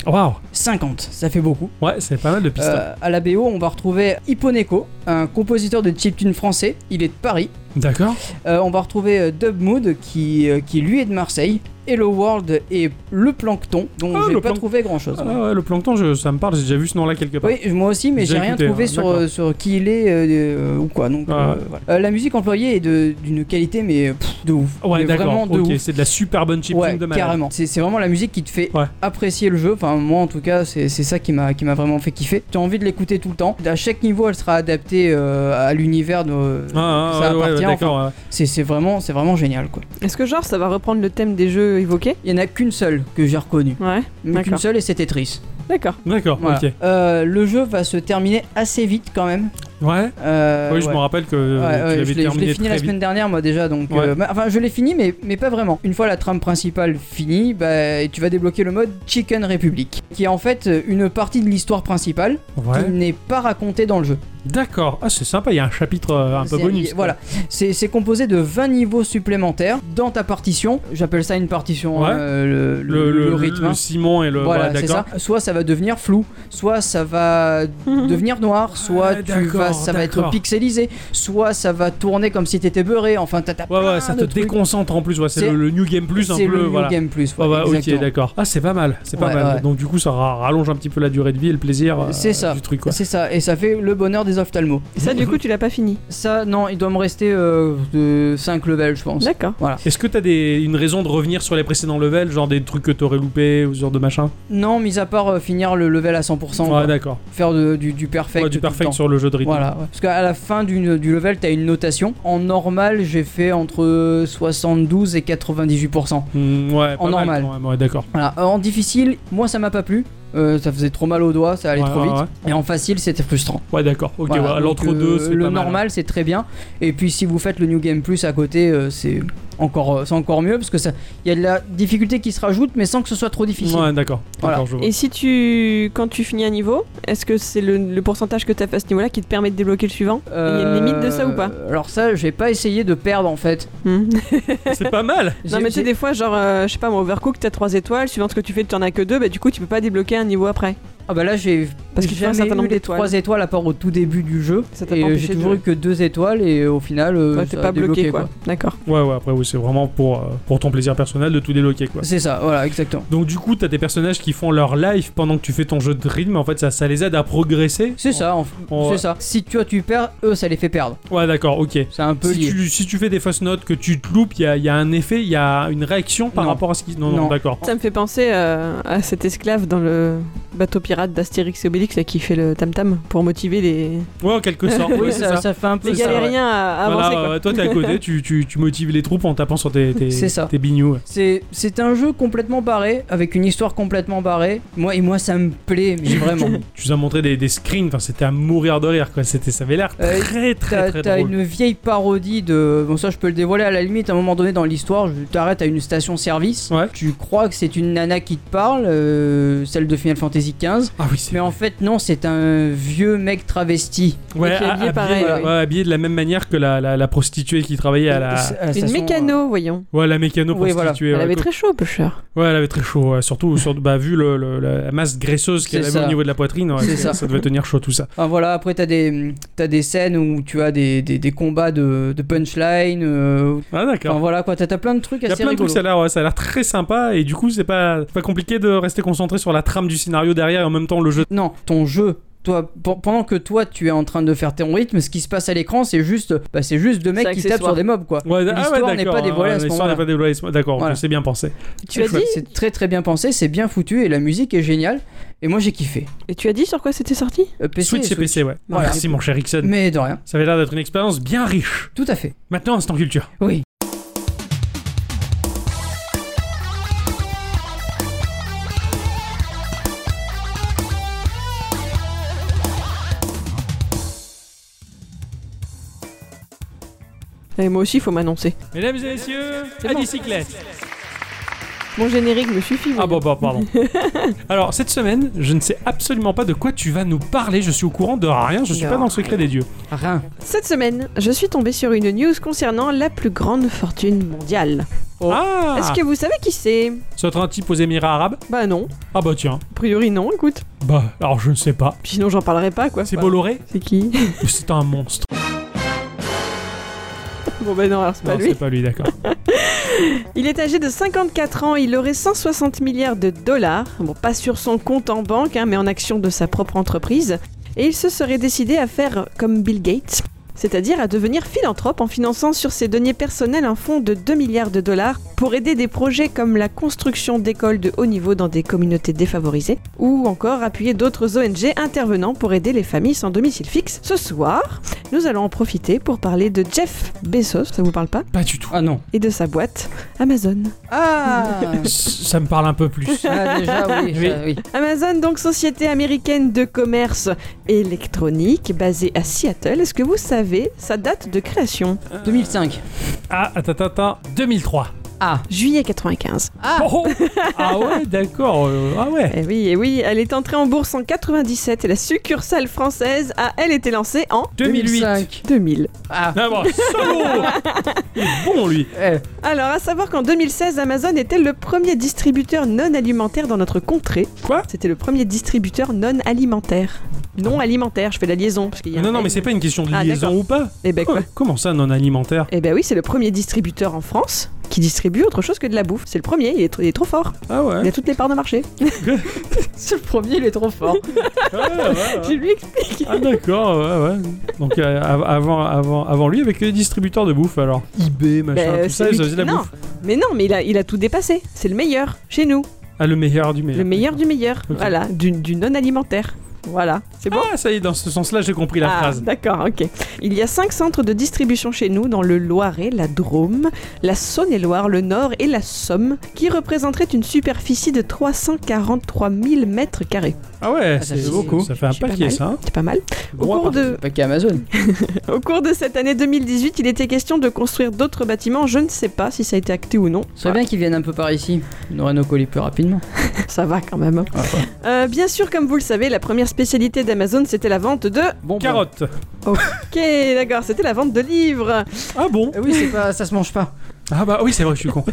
Speaker 2: waouh,
Speaker 3: 50, ça fait beaucoup.
Speaker 2: ouais, c'est pas mal de pistes.
Speaker 3: Euh, à la BO, on va retrouver Hipponeko, un compositeur de chiptune français. Il est de Paris.
Speaker 2: D'accord.
Speaker 3: Euh, on va retrouver euh, Dubmood qui, euh, qui lui est de Marseille. Hello World et le plancton, dont
Speaker 2: Ah,
Speaker 3: j'ai
Speaker 2: le
Speaker 3: pas
Speaker 2: Plancton.
Speaker 3: trouvé grand chose.
Speaker 2: Ah ouais, le plancton, je- ça me parle, j'ai déjà vu ce nom-là quelque part.
Speaker 3: Oui, moi aussi, mais
Speaker 2: J'ai
Speaker 3: j'ai rien
Speaker 2: écouté,
Speaker 3: trouvé
Speaker 2: hein,
Speaker 3: sur,
Speaker 2: d'accord.
Speaker 3: euh, sur qui il est euh, euh, ou quoi. Donc,
Speaker 2: Ah.
Speaker 3: euh, voilà. Euh, la musique employée est de- d'une qualité, mais pff, de ouf.
Speaker 2: Ouais,
Speaker 3: Mais
Speaker 2: d'accord.
Speaker 3: vraiment de
Speaker 2: Ok,
Speaker 3: ouf.
Speaker 2: c'est de la super bonne chiptune
Speaker 3: Ouais,
Speaker 2: de malade.
Speaker 3: carrément. C'est c'est vraiment la musique qui te fait
Speaker 2: Ouais.
Speaker 3: apprécier le jeu. Enfin, moi en tout cas, c'est c'est ça qui m'a qui m'a vraiment fait kiffer. Tu as envie de l'écouter tout le temps. À chaque niveau, elle sera adaptée euh, à l'univers de.
Speaker 2: Ah, ah,
Speaker 3: ça
Speaker 2: ouais, ouais,
Speaker 3: appartient,
Speaker 2: d'accord. ouais.
Speaker 3: C'est c'est vraiment, c'est vraiment génial quoi.
Speaker 1: Est-ce que genre ça va reprendre le thème des jeux évoqués
Speaker 3: Il y en a qu'une seule que j'ai reconnue.
Speaker 1: Ouais,
Speaker 3: Mais qu'une
Speaker 1: D'accord.
Speaker 3: seule et c'était triste.
Speaker 1: d'accord.
Speaker 2: D'accord,
Speaker 3: Voilà.
Speaker 2: ok.
Speaker 3: Euh, le jeu va se terminer assez vite quand même.
Speaker 2: Ouais.
Speaker 3: Euh,
Speaker 2: oui, je
Speaker 3: ouais.
Speaker 2: me rappelle que euh,
Speaker 3: Ouais, ouais,
Speaker 2: tu
Speaker 3: je
Speaker 2: l'avais
Speaker 3: l'ai- je l'ai
Speaker 2: terminé
Speaker 3: fini
Speaker 2: très
Speaker 3: la
Speaker 2: vite.
Speaker 3: semaine dernière moi déjà donc
Speaker 2: Ouais.
Speaker 3: euh, bah, enfin je l'ai fini mais, mais pas vraiment une fois la trame principale finie bah, tu vas débloquer le mode Chicken Republic qui est en fait euh, une partie de l'histoire principale qui
Speaker 2: Ouais.
Speaker 3: n'est pas racontée dans le jeu
Speaker 2: D'accord. Ah, c'est sympa. Il y a un chapitre euh, un peu
Speaker 3: C'est-
Speaker 2: bonus. quoi.
Speaker 3: voilà c'est c'est composé de 20 niveaux supplémentaires dans ta partition j'appelle ça une partition
Speaker 2: Ouais.
Speaker 3: hein, euh, le,
Speaker 2: Le,
Speaker 3: le- le
Speaker 2: le-
Speaker 3: rythme hein.
Speaker 2: le ciment et le.
Speaker 3: voilà,
Speaker 2: ouais,
Speaker 3: c'est
Speaker 2: Euh, d'accord.
Speaker 3: ça. Soit ça va devenir flou, soit ça va devenir noir, soit
Speaker 2: Ouais,
Speaker 3: tu
Speaker 2: Ah, d'accord,
Speaker 3: vas, ça va être
Speaker 2: d'accord.
Speaker 3: pixelisé, soit ça va tourner comme si t'étais beurré. Enfin, t'as t'as
Speaker 2: Ouais,
Speaker 3: plein
Speaker 2: ouais, ça
Speaker 3: de
Speaker 2: te
Speaker 3: trucs.
Speaker 2: déconcentre en plus. Ouais, c'est
Speaker 3: Ah, C'est-
Speaker 2: le, le New Game Plus un
Speaker 3: C'est
Speaker 2: peu.
Speaker 3: le New
Speaker 2: voilà.
Speaker 3: Game Plus.
Speaker 2: Ouais,
Speaker 3: ouais,
Speaker 2: ouais, ok,
Speaker 3: exactement.
Speaker 2: d'accord. Ah, c'est pas mal, c'est pas
Speaker 3: Ouais,
Speaker 2: mal.
Speaker 3: ouais.
Speaker 2: Donc du coup, ça ra- rallonge un petit peu la durée de vie et le plaisir euh,
Speaker 3: C'est ça.
Speaker 2: du truc. Quoi.
Speaker 3: C'est ça, et ça fait le bonheur des ophtalmos.
Speaker 1: Et ça du coup tu l'as pas fini.
Speaker 3: Ça, non, il doit me rester 5 levels, je pense.
Speaker 1: D'accord.
Speaker 2: Est-ce que t'as des, une raison de revenir sur les précédents levels, genre des trucs que t'aurais loupé ou ce genre de machin
Speaker 3: Non, mis à part euh, finir le level à 100%, quoi.
Speaker 2: Ouais, d'accord.
Speaker 3: faire de- du, du perfect.
Speaker 2: Ouais, du
Speaker 3: tout le
Speaker 2: perfect
Speaker 3: temps.
Speaker 2: sur le jeu de rythme.
Speaker 3: Voilà, ouais. parce qu'à la fin du, du level, t'as une notation. En normal, j'ai fait entre 72 et 98%.
Speaker 2: Hmm, ouais, pas
Speaker 3: En
Speaker 2: mal,
Speaker 3: normal.
Speaker 2: quand même, ouais, d'accord.
Speaker 3: Voilà, en difficile, moi ça m'a pas plu. Euh, ça faisait trop mal aux doigts, ça allait
Speaker 2: Ouais,
Speaker 3: trop
Speaker 2: ouais,
Speaker 3: vite.
Speaker 2: ouais.
Speaker 3: Et en facile, c'était frustrant.
Speaker 2: Ouais, d'accord. Ok,
Speaker 3: Voilà,
Speaker 2: ouais,
Speaker 3: donc,
Speaker 2: l'entre-deux,
Speaker 3: euh,
Speaker 2: c'est pas
Speaker 3: Le
Speaker 2: mal. hein.
Speaker 3: normal, c'est très bien. Et puis, si vous faites le New Game Plus à côté, euh, c'est encore, euh, c'est encore mieux parce que ça, il y a de la difficulté qui se rajoute, mais sans que ce soit trop difficile.
Speaker 2: Ouais, d'accord.
Speaker 3: Voilà.
Speaker 2: D'accord, je vois.
Speaker 1: Et si tu quand tu finis un niveau, est-ce que c'est le, le pourcentage que t'as fait à ce niveau-là qui te permet de débloquer le suivant
Speaker 3: Euh,
Speaker 1: Il y a une limite de ça ou pas
Speaker 3: Alors ça, j'ai pas essayé de perdre en fait.
Speaker 1: Hmm.
Speaker 2: C'est pas mal.
Speaker 1: Non
Speaker 3: J'ai-
Speaker 1: mais tu sais
Speaker 3: j'ai-
Speaker 1: des fois genre euh, je sais pas moi Overcook t'as 3 étoiles, suivant ce que tu fais t'en as que 2, bah du coup tu peux pas débloquer un niveau après.
Speaker 3: Ah bah là, j'ai
Speaker 1: Parce qu'il faut un
Speaker 3: jamais
Speaker 1: certain
Speaker 3: eu
Speaker 1: nombre
Speaker 3: les
Speaker 1: d'étoiles.
Speaker 3: trois étoiles à part au tout début du jeu.
Speaker 1: Ça t'a pas
Speaker 3: Et euh,
Speaker 1: empêché
Speaker 3: j'ai
Speaker 1: de
Speaker 3: toujours eu
Speaker 1: jouer.
Speaker 3: que deux étoiles et au final, euh,
Speaker 1: Ouais,
Speaker 3: ça
Speaker 1: t'es
Speaker 3: a
Speaker 1: pas bloqué
Speaker 3: débloqué,
Speaker 1: quoi. D'accord.
Speaker 2: Ouais, ouais, après, oui, c'est vraiment pour, euh, pour ton plaisir personnel de tout déloquer, quoi.
Speaker 3: C'est ça, voilà, exactement.
Speaker 2: Donc du coup, t'as des personnages qui font leur life pendant que tu fais ton jeu de rythme. En fait, ça, ça les aide à progresser.
Speaker 3: C'est ça, en-
Speaker 2: on-
Speaker 3: c'est ça. Si toi tu perds, eux ça les fait perdre.
Speaker 2: Ouais, d'accord, ok.
Speaker 3: C'est un peu
Speaker 2: Si
Speaker 3: lié.
Speaker 2: tu, si tu fais des fausses notes, que tu te loupes, il y a, il y a un effet, il y a une réaction par
Speaker 3: Non.
Speaker 2: rapport à ce qui... Non, non,
Speaker 3: Non.
Speaker 2: d'accord.
Speaker 1: Ça me fait penser euh, à cet esclave dans le bateau pirate d'Astérix et Obélix là, qui fait le tam-tam pour motiver les,
Speaker 2: Ouais, en quelque sorte. ouais,
Speaker 3: Oui,
Speaker 2: c'est
Speaker 3: ça, ça fait un peu
Speaker 1: les
Speaker 3: ça, ouais.
Speaker 1: galériens à à
Speaker 2: Voilà,
Speaker 1: avancer. quoi.
Speaker 2: ouais, toi t'es à côté, tu, tu, tu motives les troupes en tapant sur tes, tes,
Speaker 3: C'est ça.
Speaker 2: tes bignous. ouais.
Speaker 3: C'est, c'est un jeu complètement barré, avec une histoire complètement barrée. Moi et moi ça me plaît, mais vraiment. Euh,
Speaker 2: Tu nous as montré des, des screens, enfin, c'était à mourir de rire quoi, c'était, ça avait l'air
Speaker 3: Euh,
Speaker 2: très très
Speaker 3: T'as,
Speaker 2: très
Speaker 3: t'as
Speaker 2: drôle.
Speaker 3: une vieille parodie de. Bon, ça je peux le dévoiler à la limite, à un moment donné dans l'histoire, je t'arrête à une station service.
Speaker 2: Ouais.
Speaker 3: Tu crois que c'est une nana qui te parle, euh, celle de Final Fantasy XV.
Speaker 2: Ah oui, c'est...
Speaker 3: Mais en fait, non, c'est un vieux mec travesti.
Speaker 2: Ouais,
Speaker 1: qui est
Speaker 2: ha-
Speaker 1: habillé
Speaker 2: habillé,
Speaker 1: pareil,
Speaker 2: ouais,
Speaker 1: oui.
Speaker 2: ouais, habillé de la même manière que la, la, la prostituée qui travaillait à la...
Speaker 3: C'est- à la
Speaker 1: Une
Speaker 3: station, euh,
Speaker 1: mécano, voyons.
Speaker 2: Ouais, la mécano
Speaker 3: Oui, voilà.
Speaker 2: prostituée.
Speaker 1: Elle
Speaker 2: ouais,
Speaker 1: avait
Speaker 2: co-
Speaker 1: très chaud, Pusher.
Speaker 2: Ouais, elle avait très chaud, ouais. surtout sur, bah, vu le, le- la masse graisseuse qu'elle
Speaker 3: C'est
Speaker 2: avait
Speaker 3: ça.
Speaker 2: au niveau de la poitrine, ouais,
Speaker 3: C'est
Speaker 2: ça.
Speaker 3: ça.
Speaker 2: devait tenir chaud tout ça.
Speaker 3: Enfin voilà, après t'as des, t'as des scènes où tu as des, des, des combats de, de punchline. euh,
Speaker 2: Ah d'accord.
Speaker 3: Enfin voilà quoi, t'as, t'as plein de trucs
Speaker 2: Il y
Speaker 3: assez
Speaker 2: a plein de
Speaker 3: rigolos.
Speaker 2: trucs, ça a l'air ouais, ça a l'air très sympa et du coup c'est pas, pas compliqué de rester concentré sur la trame du scénario derrière et en même temps le jeu.
Speaker 3: Non, ton jeu. Toi, pe- pendant que toi tu es en train de faire ton rythme, ce qui se passe à l'écran, c'est juste, bah, c'est juste deux mecs
Speaker 1: C'est
Speaker 3: qui tapent
Speaker 1: accessoire.
Speaker 3: sur des mobs quoi.
Speaker 2: Ouais, ah ouais,
Speaker 3: L'histoire n'est
Speaker 2: d'accord,
Speaker 3: pas dévoilée à ce
Speaker 2: l'histoire n'est
Speaker 3: moment-là.
Speaker 2: pas dévoilée à ce moment- D'accord,
Speaker 3: Voilà.
Speaker 2: ok, c'est bien pensé.
Speaker 1: Tu as
Speaker 2: chouette.
Speaker 1: dit
Speaker 3: C'est très très bien pensé, c'est bien foutu et la musique est géniale. Et moi j'ai kiffé.
Speaker 1: Et tu as dit sur quoi c'était sorti
Speaker 3: Euh, PC,
Speaker 2: Switch et
Speaker 3: Switch.
Speaker 2: PC, ouais.
Speaker 3: Voilà.
Speaker 2: Merci mon cher Ixon.
Speaker 3: Mais de rien,
Speaker 2: Ça avait l'air d'être une expérience bien riche.
Speaker 3: tout à fait.
Speaker 2: Maintenant, instant culture.
Speaker 3: Oui.
Speaker 1: Et moi aussi, il faut m'annoncer.
Speaker 2: Mesdames et messieurs, à
Speaker 1: bon.
Speaker 2: bicyclette.
Speaker 1: Mon générique me suffit.
Speaker 2: Ah
Speaker 1: voyons.
Speaker 2: bon, bah, pardon. Alors, cette semaine, je ne sais absolument pas de quoi tu vas nous parler. Je suis au courant de rien. Je suis
Speaker 1: Non.
Speaker 2: pas dans le secret des dieux.
Speaker 3: Rien.
Speaker 1: Cette semaine, je suis tombée sur une news concernant la plus grande fortune mondiale.
Speaker 2: Ah
Speaker 1: Est-ce que vous savez qui c'est
Speaker 2: Ça doit être un type aux Émirats Arabes
Speaker 1: Bah non.
Speaker 2: Ah bah tiens.
Speaker 1: A priori, non, écoute.
Speaker 2: Bah, alors je ne sais pas.
Speaker 1: Puis sinon,
Speaker 2: Bah.
Speaker 1: j'en parlerai pas, quoi.
Speaker 2: C'est
Speaker 1: Bah,
Speaker 2: Bolloré
Speaker 1: C'est qui
Speaker 2: C'est un monstre.
Speaker 1: Bon, ben non, alors c'est pas
Speaker 2: Non,
Speaker 1: lui.
Speaker 2: c'est pas lui, d'accord.
Speaker 1: Il est âgé de 54 ans, il aurait 160 milliards de dollars, bon pas sur son compte en banque, hein, mais en action de sa propre entreprise, et il se serait décidé à faire comme Bill Gates, c'est-à-dire à devenir philanthrope en finançant sur ses deniers personnels un fonds de 2 milliards de dollars pour aider des projets comme la construction d'écoles de haut niveau dans des communautés défavorisées, ou encore appuyer d'autres ONG intervenant pour aider les familles sans domicile fixe. Ce soir, nous allons en profiter pour parler de Jeff Bezos, ça vous parle pas
Speaker 2: Pas du tout.
Speaker 3: Ah non.
Speaker 1: et de sa boîte Amazon.
Speaker 3: Ah
Speaker 2: Ça me parle un peu plus.
Speaker 3: Ah, déjà, oui,
Speaker 2: Oui.
Speaker 3: ça, oui.
Speaker 1: Amazon, donc société américaine de commerce électronique basée à Seattle, est-ce que vous savez sa date de création
Speaker 3: 2005.
Speaker 2: Ah, attends, attends, attends. 2003.
Speaker 3: Ah
Speaker 1: Juillet 95.
Speaker 3: Ah
Speaker 2: Oh ah ouais, d'accord. euh, ah ouais.
Speaker 1: Eh oui, eh oui, elle est entrée en bourse en 97 et la succursale française a, elle, été lancée en
Speaker 2: 2008.
Speaker 1: 2000.
Speaker 3: Ah
Speaker 2: Ah bon, salaud Il est bon lui.
Speaker 3: eh,
Speaker 1: Alors, à savoir qu'en 2016, Amazon était le premier distributeur non alimentaire dans notre contrée.
Speaker 2: Quoi
Speaker 1: C'était le premier distributeur non alimentaire. Non alimentaire, je fais la liaison. Parce qu'il y a
Speaker 2: Non
Speaker 1: un
Speaker 2: non
Speaker 1: N.
Speaker 2: mais c'est pas une question de
Speaker 1: Ah,
Speaker 2: liaison
Speaker 1: d'accord.
Speaker 2: ou pas.
Speaker 1: Eh ben, quoi
Speaker 2: Oh, Comment ça non alimentaire
Speaker 1: Eh ben oui, c'est le premier distributeur en France qui distribue autre chose que de la bouffe. C'est le premier, il est, tr- il est trop fort.
Speaker 2: Ah ouais.
Speaker 1: Il a toutes les parts de marché.
Speaker 3: ce premier, il est trop fort.
Speaker 2: Ah, ouais, ouais,
Speaker 1: Je
Speaker 2: ouais.
Speaker 1: lui explique.
Speaker 2: Ah, d'accord, ouais, ouais. Donc euh, av- avant, avant, avant lui avec les distributeurs de bouffe alors. Bah, eBay, machin,
Speaker 1: Ben,
Speaker 2: tout ça,
Speaker 1: c'est lui
Speaker 2: ils
Speaker 1: qui-
Speaker 2: faisaient de la
Speaker 1: non,
Speaker 2: bouffe.
Speaker 1: mais non, mais il a, il a tout dépassé. C'est le meilleur chez nous.
Speaker 2: Ah le meilleur du meilleur.
Speaker 1: Le meilleur du meilleur.
Speaker 2: Ok.
Speaker 1: Voilà, du, du non alimentaire. Voilà, c'est bon.
Speaker 2: Ah ça y est, dans ce sens-là j'ai compris la
Speaker 1: Ah,
Speaker 2: phrase.
Speaker 1: D'accord, ok. Il y a cinq centres de distribution chez nous dans le Loiret, la Drôme, la Saône-et-Loire, le Nord et la Somme, qui représenteraient une superficie de 343 000 mètres carrés.
Speaker 2: Ah ouais,
Speaker 3: Ah, ça
Speaker 2: c'est
Speaker 3: fait-
Speaker 2: beaucoup. Ça fait un
Speaker 1: c'est pas
Speaker 2: paquet
Speaker 1: mal.
Speaker 2: ça. hein.
Speaker 1: C'est pas mal. Au
Speaker 2: Droit
Speaker 1: cours
Speaker 2: par-
Speaker 1: de,
Speaker 3: Pas qu'Amazon.
Speaker 1: Au cours de cette année 2018, il était question de construire d'autres bâtiments. Je ne sais pas si ça a été acté ou non.
Speaker 3: Ce serait bien qu'ils viennent un peu par ici. On aurait nos colis plus rapidement.
Speaker 1: Ça va quand même. hein.
Speaker 3: Ah, ouais.
Speaker 1: Euh, bien sûr, comme vous le savez, la première spécialité d'Amazon, c'était la vente de...
Speaker 3: Bon, bon.
Speaker 2: Carotte.
Speaker 1: Ok, d'accord, c'était la vente de livres.
Speaker 2: Ah bon
Speaker 3: Eh oui, c'est pas, ça se mange pas.
Speaker 2: Ah bah oui, c'est vrai, je suis con.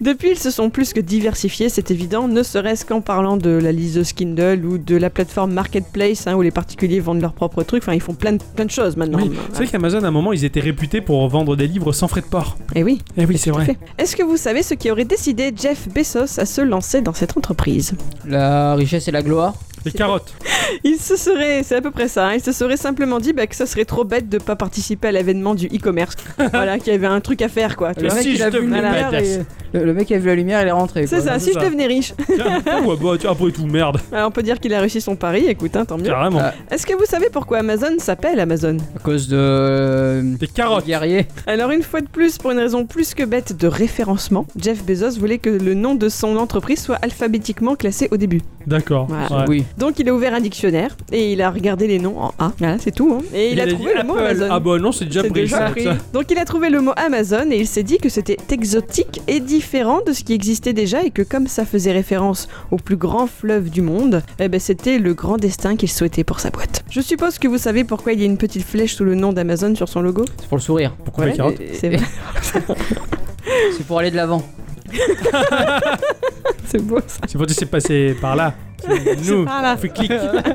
Speaker 1: Depuis, ils se sont plus que diversifiés, c'est évident, ne serait-ce qu'en parlant de la liseuse Kindle ou de la plateforme Marketplace, hein, où les particuliers vendent leurs propres trucs. Enfin, ils font plein de, plein de choses maintenant. Euh,
Speaker 2: Oui, c'est vrai qu'Amazon à un moment ils étaient réputés pour vendre des livres sans frais de port.
Speaker 1: Et oui,
Speaker 2: Eh oui, c'est vrai.
Speaker 1: fait. est-ce que vous savez ce qui aurait décidé Jeff Bezos à se lancer dans cette entreprise
Speaker 3: La richesse et la gloire.
Speaker 2: Les carottes.
Speaker 1: Il se serait, c'est à peu près ça, hein, il se serait simplement dit bah, que ça serait trop bête de pas participer à l'événement du e-commerce. voilà, qu'il y avait un truc à faire quoi. tu
Speaker 2: Le
Speaker 1: vois.
Speaker 2: si je
Speaker 3: il a vu
Speaker 2: devenais
Speaker 3: la lumière
Speaker 2: badass.
Speaker 3: et- le, le mec a vu la lumière, il est rentré.
Speaker 1: C'est
Speaker 3: quoi.
Speaker 1: ça,
Speaker 2: c'est
Speaker 1: si
Speaker 2: ça.
Speaker 1: je devenais riche.
Speaker 2: Tiens, ouais, bah, tiens, après tout, merde.
Speaker 1: Alors, on peut dire qu'il a réussi son pari, écoute, hein, tant mieux.
Speaker 2: Carrément.
Speaker 3: Ah.
Speaker 1: Est-ce que vous savez pourquoi Amazon s'appelle Amazon
Speaker 3: À cause euh, de.
Speaker 2: Des carottes.
Speaker 3: Guerrier.
Speaker 1: Alors une fois de plus, pour une raison plus que bête de référencement, Jeff Bezos voulait que le nom de son entreprise soit alphabétiquement classé au début.
Speaker 2: D'accord.
Speaker 1: Voilà.
Speaker 2: ouais.
Speaker 3: Oui.
Speaker 1: Donc il a ouvert un dictionnaire et il a regardé les noms en A. Voilà, c'est tout. hein. Et il, a
Speaker 2: dit
Speaker 1: trouvé le mot
Speaker 2: Apple.
Speaker 1: Amazon.
Speaker 2: Ah bah non, c'est déjà
Speaker 1: C'est
Speaker 2: pris.
Speaker 1: déjà
Speaker 2: ça,
Speaker 1: pris.
Speaker 2: ça.
Speaker 1: Donc il a trouvé le mot Amazon et il s'est dit que c'était exotique et différent de ce qui existait déjà et que comme ça faisait référence au plus grand fleuve du monde, eh ben c'était le grand destin qu'il souhaitait pour sa boîte. Je suppose que vous savez pourquoi il y a une petite flèche sous le nom d'Amazon sur son logo.
Speaker 3: C'est pour le sourire.
Speaker 2: Pourquoi les
Speaker 1: Ouais,
Speaker 2: carottes
Speaker 1: C'est vrai.
Speaker 3: C'est pour aller de l'avant.
Speaker 1: c'est beau ça.
Speaker 2: C'est pour c'est passé par là. C'est Nous,
Speaker 1: par Ah là.
Speaker 2: on fait clic,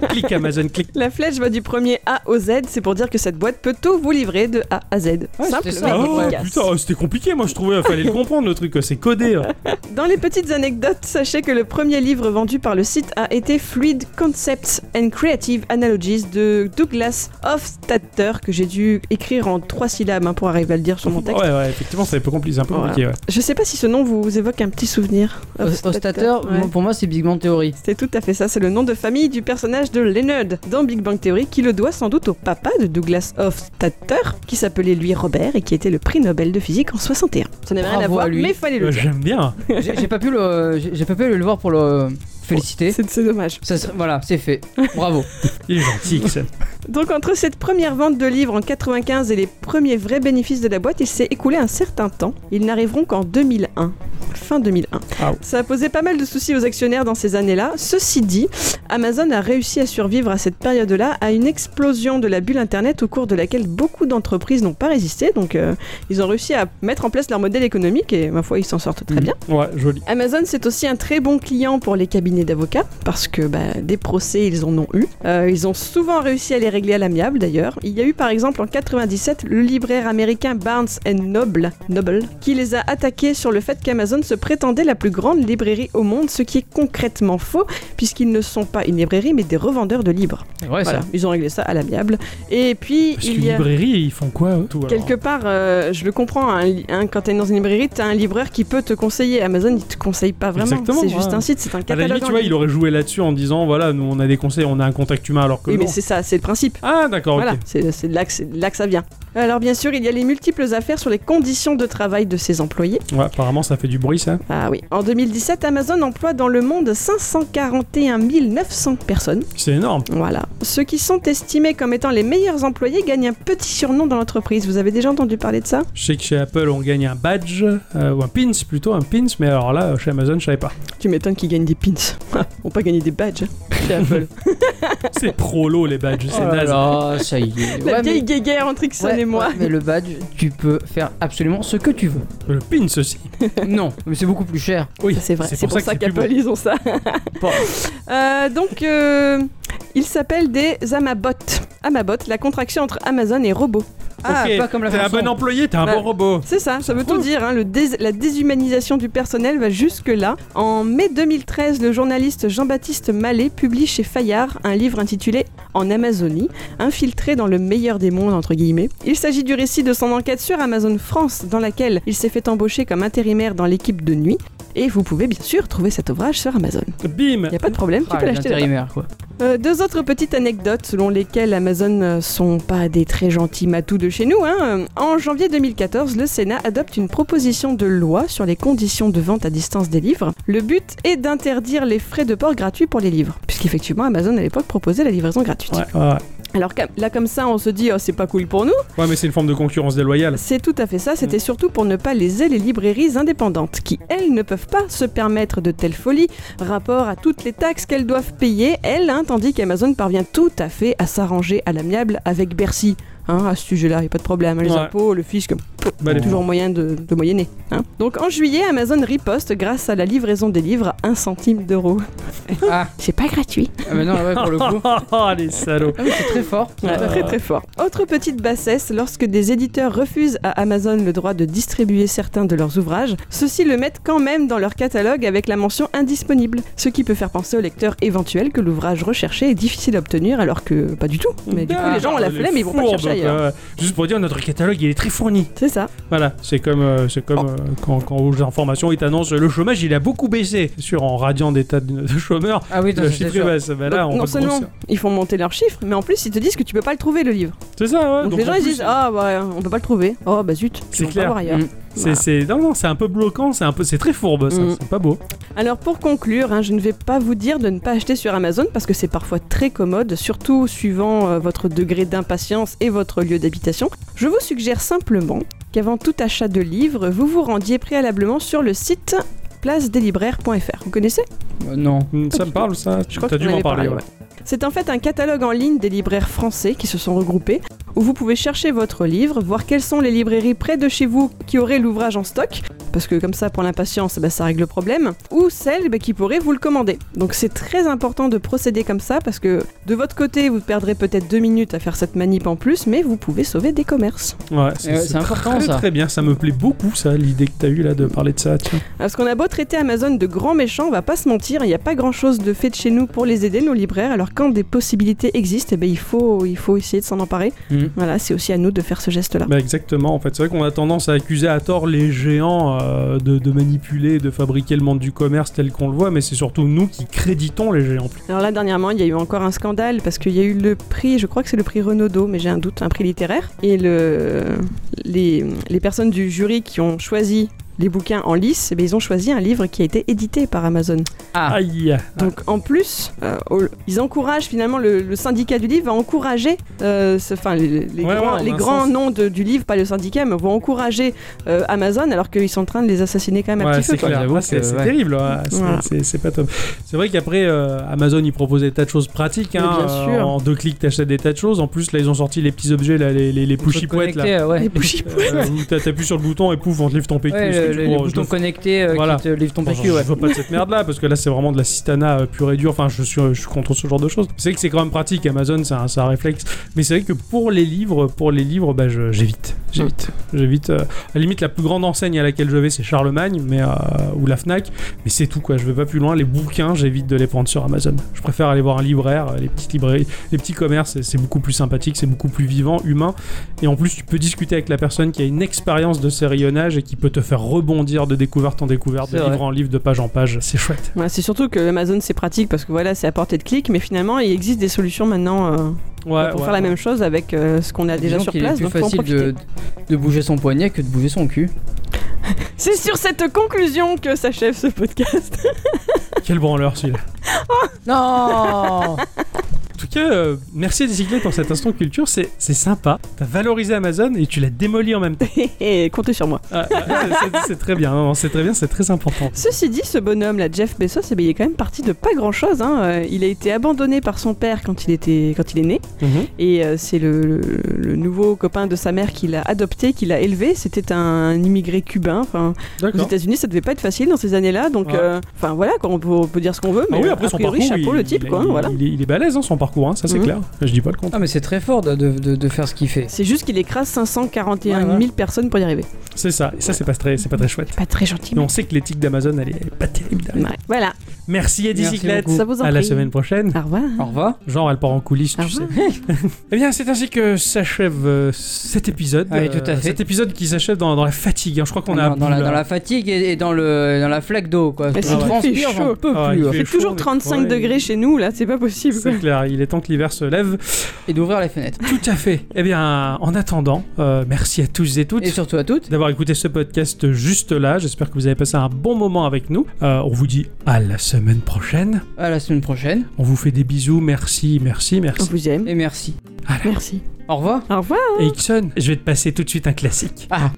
Speaker 2: clic Amazon, clic.
Speaker 1: La flèche va du premier A au Z, c'est pour dire que cette boîte peut tout vous livrer de A à Z.
Speaker 3: Ouais,
Speaker 1: Simple,
Speaker 3: c'était ça.
Speaker 1: mais
Speaker 3: Ah
Speaker 2: Oh
Speaker 1: efficace.
Speaker 2: putain, oh, c'était compliqué moi je trouvais, fallait le comprendre le truc, quoi, c'est codé. hein. ouais.
Speaker 1: Dans les petites anecdotes, sachez que le premier livre vendu par le site a été Fluid Concepts and Creative Analogies de Douglas Hofstadter, que j'ai dû écrire en trois syllabes hein, pour arriver à le dire sur mon texte.
Speaker 2: Ouais, ouais, effectivement, c'est un peu compliqué, c'est un peu
Speaker 1: Voilà.
Speaker 2: compliqué, ouais.
Speaker 1: Je sais pas si ce nom vous évoque un petit souvenir.
Speaker 3: Ostater,
Speaker 1: ouais.
Speaker 3: pour moi, c'est Big Bang Theory.
Speaker 1: C'est tout à fait ça, c'est le nom de famille du personnage de Leonard dans Big Bang Theory qui le doit sans doute au papa de Douglas Hofstadter qui s'appelait lui Robert et qui était le prix Nobel de physique en 61. Ça n'avait rien à
Speaker 3: Bravo
Speaker 1: voir,
Speaker 3: à lui. Euh,
Speaker 1: mais fallait le
Speaker 2: Ouais,
Speaker 1: dire.
Speaker 2: Euh, J'aime bien.
Speaker 3: J'ai j'ai pas pu le, j'ai j'ai pas pu aller le voir pour le féliciter.
Speaker 1: C'est c'est dommage.
Speaker 3: Ça serait- voilà, c'est fait. Bravo.
Speaker 2: Il est gentil, Ixon.
Speaker 1: Donc entre cette première vente de livres en 95 et les premiers vrais bénéfices de la boîte, il s'est écoulé un certain temps. Ils n'arriveront qu'en 2001. fin 2001.
Speaker 2: Ah ouais.
Speaker 1: Ça a posé pas mal de soucis aux actionnaires dans ces années-là. Ceci dit, Amazon a réussi à survivre à cette période-là à une explosion de la bulle Internet au cours de laquelle beaucoup d'entreprises n'ont pas résisté. Donc euh, ils ont réussi à mettre en place leur modèle économique et ma foi ils s'en sortent
Speaker 2: Mm.
Speaker 1: très bien.
Speaker 2: Ouais, joli.
Speaker 1: Amazon, c'est aussi un très bon client pour les cabinets d'avocats, parce que bah, des procès, ils en ont eu. Euh, ils ont souvent réussi à les régler à l'amiable, d'ailleurs. Il y a eu, par exemple, en 97, le libraire américain Barnes Noble, Noble qui les a attaqués sur le fait qu'Amazon se prétendait la plus grande librairie au monde, ce qui est concrètement faux, puisqu'ils ne sont pas une librairie, mais des revendeurs de livres.
Speaker 3: Ouais,
Speaker 1: Voilà, ils ont réglé ça à l'amiable. Et puis,
Speaker 2: Parce
Speaker 1: il
Speaker 2: qu'une
Speaker 1: y a...
Speaker 2: librairie, ils font quoi eux, tout, alors
Speaker 1: Quelque part, euh, je le comprends, hein, li- hein, quand tu es dans une librairie, tu as un libraire qui peut te conseiller. Amazon, il te conseille pas vraiment.
Speaker 2: Exactement,
Speaker 1: C'est juste
Speaker 2: ouais.
Speaker 1: un site, c'est un
Speaker 2: À la
Speaker 1: catalogue.
Speaker 2: limite, tu
Speaker 1: en
Speaker 2: vois,
Speaker 1: ligne.
Speaker 2: il aurait joué là-dessus en disant voilà, nous on a des conseils, on a un contact humain alors que.
Speaker 1: Oui, mais
Speaker 2: non.
Speaker 1: c'est ça, c'est le principe.
Speaker 2: Ah, d'accord,
Speaker 1: Voilà,
Speaker 2: ok.
Speaker 1: c'est c'est de là que c'est de là que ça vient. Alors bien sûr, il y a les multiples affaires sur les conditions de travail de ses employés.
Speaker 2: Ouais, apparemment, ça fait du bruit, ça.
Speaker 1: Ah oui. En 2017, Amazon emploie dans le monde 541 900 personnes.
Speaker 2: C'est énorme.
Speaker 1: Voilà. Ceux qui sont estimés comme étant les meilleurs employés gagnent un petit surnom dans l'entreprise. Vous avez déjà entendu parler de ça
Speaker 2: Je sais que chez Apple, on gagne un badge, euh, ou un pins plutôt, un pins, mais alors là, chez Amazon, je savais pas.
Speaker 1: Tu m'étonnes qu'ils gagnent des pins. On pas gagner des badges. Chez Apple.
Speaker 2: C'est prolo les badges, c'est
Speaker 3: Oh là
Speaker 2: naze.
Speaker 3: là, ça y est.
Speaker 1: La
Speaker 3: Ouais,
Speaker 1: vieille
Speaker 3: mais-
Speaker 1: guéguerre entre Ixon
Speaker 3: ouais,
Speaker 1: et moi.
Speaker 3: ouais, mais le badge, tu peux faire absolument ce que tu veux.
Speaker 2: Le pins aussi.
Speaker 3: non, mais c'est beaucoup plus cher.
Speaker 2: Oui,
Speaker 1: Ça, C'est vrai, c'est pour ça,
Speaker 2: que c'est plus
Speaker 1: qu'Apple, ils ont ça.
Speaker 3: Bon.
Speaker 1: Euh, donc, euh, ils s'appellent des Amabot. Amabot, la contraction entre Amazon et robot.
Speaker 3: Ah,
Speaker 2: Ok,
Speaker 3: pas comme la
Speaker 2: T'es un
Speaker 3: chanson.
Speaker 2: bon employé, t'es un
Speaker 1: Bah,
Speaker 2: bon robot.
Speaker 1: C'est ça, ça veut tout
Speaker 2: Ouh.
Speaker 1: dire. hein, le dés- la déshumanisation du personnel va jusque-là. En mai 2013, le journaliste Jean-Baptiste Mallet publie chez Fayard un livre intitulé En Amazonie, infiltré dans le meilleur des mondes, entre guillemets. Il s'agit du récit de son enquête sur Amazon France, dans laquelle il s'est fait embaucher comme intérimaire dans l'équipe de nuit. Et vous pouvez bien sûr trouver cet ouvrage sur Amazon.
Speaker 2: Bim
Speaker 1: Il a pas de problème, tu
Speaker 3: Ah,
Speaker 1: peux l'acheter. là-bas.
Speaker 3: l'intérimaire, quoi.
Speaker 1: Euh, deux autres petites anecdotes selon lesquelles Amazon euh, sont pas des très gentils matous de chez nous. hein. Euh, En janvier 2014, le Sénat adopte une proposition de loi sur les conditions de vente à distance des livres. Le but est d'interdire les frais de port gratuits pour les livres, puisqu'effectivement Amazon à l'époque proposait la livraison gratuite.
Speaker 2: Ouais, ouais.
Speaker 1: Alors comme- là comme ça, on se dit oh, c'est pas cool pour nous.
Speaker 2: Ouais, mais c'est une forme de concurrence déloyale.
Speaker 1: C'est tout à fait ça, c'était surtout pour ne pas léser les librairies indépendantes, qui, elles, ne peuvent pas se permettre de telles folies, rapport à toutes les taxes qu'elles doivent payer, elles, hein, tandis qu'Amazon parvient tout à fait à s'arranger à l'amiable avec Bercy. Hein, à ce sujet-là, il a pas de problème. hein, Les
Speaker 2: Ouais.
Speaker 1: impôts, le fisc,
Speaker 2: Bah, les-
Speaker 1: toujours moyen de, de moyenner. hein. Donc en juillet, Amazon riposte grâce à la livraison des livres à 1 centime d'euro.
Speaker 3: Ah,
Speaker 1: C'est pas gratuit.
Speaker 3: ah, mais non, ouais, pour le coup.
Speaker 2: Ah, les salauds.
Speaker 3: Ah, mais c'est très fort.
Speaker 1: Ouais, Très très fort. Autre petite bassesse, lorsque des éditeurs refusent à Amazon le droit de distribuer certains de leurs ouvrages, ceux-ci le mettent quand même dans leur catalogue avec la mention indisponible, ce qui peut faire penser au lecteur éventuel que l'ouvrage recherché est difficile à obtenir alors que pas du tout. Mais du coup les gens ont la
Speaker 2: Ah,
Speaker 1: flemme et ils vont pas le
Speaker 2: fourbes,
Speaker 1: chercher ailleurs.
Speaker 2: quoi, ouais. Juste pour dire, notre catalogue, il est très fourni.
Speaker 1: C'est ça.
Speaker 2: Voilà, c'est comme, euh, c'est
Speaker 1: Oh.
Speaker 2: comme euh, quand, quand aux informations, ils t'annoncent le chômage, il a beaucoup baissé. C'est sûr, en radiant des tas de, de chômeurs,
Speaker 3: Ah oui,
Speaker 2: le
Speaker 3: attends, c'est
Speaker 2: chiffre est
Speaker 3: sûr.
Speaker 2: basse. Bah, là,
Speaker 1: Donc,
Speaker 2: on
Speaker 1: non
Speaker 2: va te grossir.
Speaker 1: seulement ils font monter leurs chiffres, mais en plus ils te disent que tu peux pas le trouver le livre.
Speaker 2: C'est ça, ouais.
Speaker 1: Donc,
Speaker 2: Donc,
Speaker 1: les gens
Speaker 2: en
Speaker 1: ils
Speaker 2: plus,
Speaker 1: disent ah bah on peut pas le trouver. Oh bah zut.
Speaker 2: C'est
Speaker 1: on va
Speaker 2: clair.
Speaker 1: voir ailleurs.
Speaker 3: Mm.
Speaker 2: C'est, c'est- non, non, c'est un peu bloquant, c'est un peu, c'est très fourbe, ça.
Speaker 1: Mm.
Speaker 2: C'est pas beau.
Speaker 1: Alors pour conclure, hein, je ne vais pas vous dire de ne pas acheter sur Amazon parce que c'est parfois très commode, surtout suivant euh, votre degré d'impatience et votre lieu d'habitation. Je vous suggère simplement qu'avant tout achat de livres, vous vous rendiez préalablement sur le site placedelibraire.fr. Vous connaissez
Speaker 3: Euh, Non.
Speaker 2: Mm, Ça me parle, ça.
Speaker 1: Je crois
Speaker 2: T'as
Speaker 1: que
Speaker 2: dû
Speaker 1: t'en
Speaker 2: m'en
Speaker 1: avais
Speaker 2: parler.
Speaker 1: parlé,
Speaker 2: ouais.
Speaker 1: ouais. C'est en fait un catalogue en ligne des libraires français qui se sont regroupés, où vous pouvez chercher votre livre, voir quelles sont les librairies près de chez vous qui auraient l'ouvrage en stock, parce que comme ça, pour l'impatience, bah, ça règle le problème, ou celles bah, qui pourraient vous le commander. Donc c'est très important de procéder comme ça, parce que de votre côté, vous perdrez peut-être deux minutes à faire cette manip en plus, mais vous pouvez sauver des commerces.
Speaker 2: Ouais,
Speaker 3: Eh ouais, c'est important,
Speaker 2: très,
Speaker 3: ça.
Speaker 2: Très bien, ça me plaît beaucoup, ça, l'idée que t'as eue là de
Speaker 1: Mm.
Speaker 2: parler de ça. Tiens.
Speaker 1: Parce qu'on a beau traiter Amazon de grands méchants, on va pas se mentir, il n'y a pas grand chose de fait de chez nous pour les aider, nos libraires. Alors quand des possibilités existent, eh ben, il, faut, il faut essayer de s'en emparer.
Speaker 2: Hmm.
Speaker 3: Mhm.
Speaker 1: Voilà, c'est aussi à nous de faire ce geste-là.
Speaker 2: Bah, exactement, en fait. C'est vrai qu'on a tendance à accuser à tort les géants euh, de, de manipuler, de fabriquer le monde du commerce tel qu'on le voit, mais c'est surtout nous qui créditons les géants.
Speaker 1: Alors là, dernièrement, il y a eu encore un scandale parce qu'il y a eu le prix, je crois que c'est le prix Renaudot, mais j'ai un doute, un prix littéraire. Et le, les, les personnes du jury qui ont choisi les bouquins en lice, eh bien, ils ont choisi un livre qui a été édité par Amazon.
Speaker 3: Ah.
Speaker 2: Aïe.
Speaker 1: Donc en plus, euh, au- ils encouragent finalement le, le syndicat du livre va encourager, euh, ce- enfin les, les
Speaker 2: Ouais,
Speaker 1: grands,
Speaker 2: ouais, en
Speaker 1: les
Speaker 2: un
Speaker 1: grands
Speaker 2: sens.
Speaker 1: noms de- du livre, pas le syndicat, mais vont encourager euh, Amazon alors qu'ils sont en train de les assassiner quand même à
Speaker 2: Ouais,
Speaker 1: petit feu.
Speaker 2: c'est
Speaker 1: quoi.
Speaker 2: clair.
Speaker 3: j'avoue
Speaker 2: Ah, c'est
Speaker 3: que,
Speaker 2: c'est
Speaker 3: ouais.
Speaker 2: terrible. ouais. C'est-
Speaker 1: Voilà.
Speaker 2: C'est c'est pas top. C'est vrai qu'après, euh, Amazon, ils proposaient des tas de choses pratiques.
Speaker 1: Mais
Speaker 2: hein.
Speaker 1: bien
Speaker 2: Euh,
Speaker 1: sûr.
Speaker 2: En deux clics, t'achètes des tas de choses. En plus, là, ils ont sorti les petits objets, là, les, les, les pushy-pouettes. là.
Speaker 3: Connecté, euh, ouais.
Speaker 1: Les bougies.
Speaker 2: Euh, où t'a- T'appuies sur le bouton et pouf, on te livre ton PQ.
Speaker 3: Ouais,
Speaker 2: Est-ce que
Speaker 3: le-
Speaker 2: tu
Speaker 3: le- les
Speaker 2: prends- je
Speaker 3: boutons
Speaker 2: le
Speaker 3: connectés euh,
Speaker 2: Voilà.
Speaker 3: qui te livrent ton
Speaker 2: Bon,
Speaker 3: PQ,
Speaker 2: je-
Speaker 3: ouais.
Speaker 2: Je vois pas de cette merde là parce que là c'est vraiment de la citana euh, pure et dure. Enfin, je suis, euh, je suis contre ce genre de choses. C'est vrai que c'est quand même pratique. Amazon, c'est un, c'est un réflexe. Mais c'est vrai que pour les livres, pour les livres, bah je- j'évite, j'évite, j'évite. euh, à la limite, la plus grande enseigne à laquelle je vais, c'est Charlemagne, mais euh, ou la Fnac. Mais c'est tout quoi. Je vais pas plus loin. Les bouquins, j'évite de les prendre sur Amazon. Je préfère aller voir un libraire. euh, Les petites librairies, les petits commerces, c'est- c'est beaucoup plus sympathique, c'est beaucoup plus vivant, humain. Et en plus, tu peux discuter avec la personne qui a une expérience de sérillonnage et qui peut te faire rebondir de découverte en découverte, de
Speaker 3: C'est vrai.
Speaker 2: livre en livre, de page en page. C'est chouette.
Speaker 1: Ouais, c'est surtout que Amazon c'est pratique parce que voilà c'est à portée de clic, mais finalement il existe des solutions maintenant euh,
Speaker 2: Ouais,
Speaker 1: pour faire la même chose avec euh, ce qu'on a déjà
Speaker 3: Disons
Speaker 1: sur
Speaker 3: qu'il
Speaker 1: place.
Speaker 3: est plus
Speaker 1: donc faut en
Speaker 3: facile
Speaker 1: profiter.
Speaker 3: de, de bouger son poignet que de bouger son cul.
Speaker 1: C'est sur cette conclusion que s'achève ce podcast.
Speaker 2: Quel branleur celui-là.
Speaker 3: Non
Speaker 2: En tout cas, euh, merci à Décyclette pour cet instant culture. C'est c'est sympa. T'as valorisé Amazon et tu l'as démoli en même temps.
Speaker 1: Et comptez sur moi.
Speaker 2: Ah, ah, c'est- c'est très bien. non, c'est très bien. C'est très important.
Speaker 1: Ceci dit, ce bonhomme, là, Jeff Bezos, eh bien, il est quand même parti de pas grand-chose. hein. Euh, Il a été abandonné par son père quand il, était, quand il est né.
Speaker 3: Mhm.
Speaker 1: Et euh, c'est le, le- le nouveau copain de sa mère qui l'a adopté, qui l'a élevé. C'était un immigré cubain. Enfin, aux
Speaker 2: D'accord.
Speaker 1: États-Unis, ça devait pas être facile dans ces années-là. Donc,
Speaker 2: Ouais.
Speaker 1: euh, enfin voilà, quoi, on, peut, on peut dire ce qu'on veut, mais
Speaker 2: Ah oui,
Speaker 1: euh,
Speaker 2: après
Speaker 1: a
Speaker 2: son
Speaker 1: priori,
Speaker 2: parcours,
Speaker 1: chapeau
Speaker 2: il,
Speaker 1: le type,
Speaker 2: il-
Speaker 1: quoi.
Speaker 2: il-
Speaker 1: voilà.
Speaker 2: il, est- il est balèze hein, son parcours, hein, ça c'est
Speaker 1: Mhm.
Speaker 2: clair. Je dis pas le contraire.
Speaker 3: Ah, mais c'est très fort de, de- de faire ce qu'il fait.
Speaker 1: C'est juste qu'il écrase 541
Speaker 3: Ouais,
Speaker 1: 000 personnes pour y arriver.
Speaker 2: C'est ça. Et ça c'est pas très, c'est pas très chouette.
Speaker 1: Pas très gentil,
Speaker 2: Mais
Speaker 1: mais...
Speaker 2: on sait que l'éthique d'Amazon, elle, est- elle est pas terrible. derrière.
Speaker 1: Ouais. Voilà,
Speaker 2: Merci à
Speaker 3: Merci
Speaker 2: Dicyclette.
Speaker 3: beaucoup.
Speaker 1: ça vous en
Speaker 2: À la
Speaker 1: prie. Ah.
Speaker 2: semaine prochaine.
Speaker 1: Au revoir.
Speaker 3: Au revoir.
Speaker 2: Genre, elle part en coulisses,
Speaker 1: Au
Speaker 2: tu sais. Eh bien, c'est ainsi que s'achève euh, cet épisode. euh,
Speaker 3: Ah oui, tout à fait.
Speaker 2: Cet épisode qui s'achève dans, dans la fatigue. hein. Je crois qu'on a.
Speaker 3: dans, dans la, dans la fatigue et, et dans, le, dans la flaque d'eau quoi.
Speaker 1: Mais
Speaker 3: Je
Speaker 1: c'est qu'il fait
Speaker 3: transpire,
Speaker 1: chaud.
Speaker 3: j'en peux
Speaker 2: Ah, il
Speaker 3: plus.
Speaker 2: fait
Speaker 3: hein.
Speaker 1: C'est
Speaker 2: chaud, on
Speaker 1: toujours
Speaker 2: est
Speaker 1: 35
Speaker 2: crevé.
Speaker 1: degrés chez nous, là, c'est pas possible. quoi.
Speaker 2: C'est clair, il est temps que l'hiver se lève.
Speaker 3: euh, Et d'ouvrir les fenêtres.
Speaker 2: Tout à fait. Eh bien, en attendant, euh, merci à tous et toutes.
Speaker 3: Et surtout à toutes.
Speaker 2: d'avoir écouté ce podcast juste là. J'espère que vous avez passé un bon moment avec nous. Euh, on vous dit à la semaine prochaine.
Speaker 3: À la semaine prochaine.
Speaker 2: On vous fait des bisous. Merci, merci,
Speaker 1: On
Speaker 2: merci.
Speaker 1: vous aime.
Speaker 3: Et merci.
Speaker 1: Merci.
Speaker 3: Au revoir.
Speaker 1: Au revoir.
Speaker 2: Et Ixon, je vais te passer tout de suite un classique.
Speaker 3: Ah.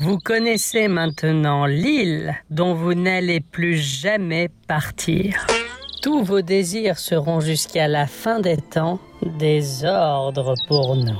Speaker 4: Vous connaissez maintenant l'île dont vous n'allez plus jamais partir. Tous vos désirs seront jusqu'à la fin des temps des ordres pour nous.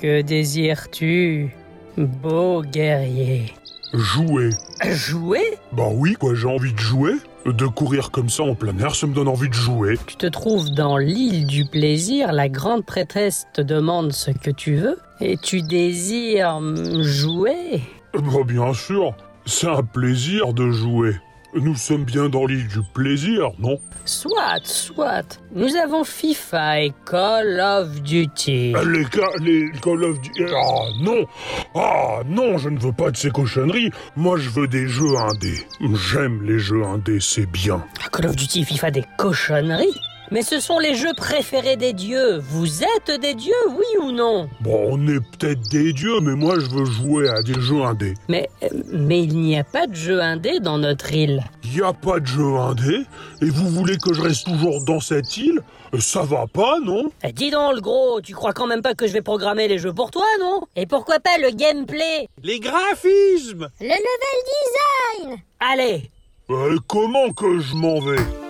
Speaker 4: Que désires-tu, beau guerrier
Speaker 5: Jouer.
Speaker 4: Jouer
Speaker 5: Bah oui, quoi, j'ai envie de jouer. De courir comme ça en plein air, ça me donne envie de jouer.
Speaker 4: Tu te trouves dans l'île du plaisir, la grande prêtresse te demande ce que tu veux et tu désires mm, jouer.
Speaker 5: Bah bien sûr, c'est un plaisir de jouer. Nous sommes bien dans l'île du plaisir, non
Speaker 4: Soit, soit. Nous avons FIFA et Call of Duty.
Speaker 5: Ah, Les gars, les Call of Duty- Ah non Ah non, je ne veux pas de ces cochonneries. Moi, je veux des jeux indés. J'aime les jeux indés, c'est bien.
Speaker 4: Call of Duty, FIFA, des cochonneries Mais ce sont les jeux préférés des dieux. Vous êtes des dieux, oui ou non
Speaker 5: Bon, on est peut-être des dieux, mais moi, je veux jouer à des jeux indés.
Speaker 4: Mais, euh, mais il n'y a pas de jeu indé dans notre île.
Speaker 5: Y a pas de jeu indé Et vous voulez que je reste toujours dans cette île Ça va pas, non
Speaker 4: Eh, dis donc, le gros, tu crois quand même pas que je vais programmer les jeux pour toi, non Et pourquoi pas le gameplay
Speaker 5: Les graphismes
Speaker 4: Allez
Speaker 5: Euh, Comment que je m'en vais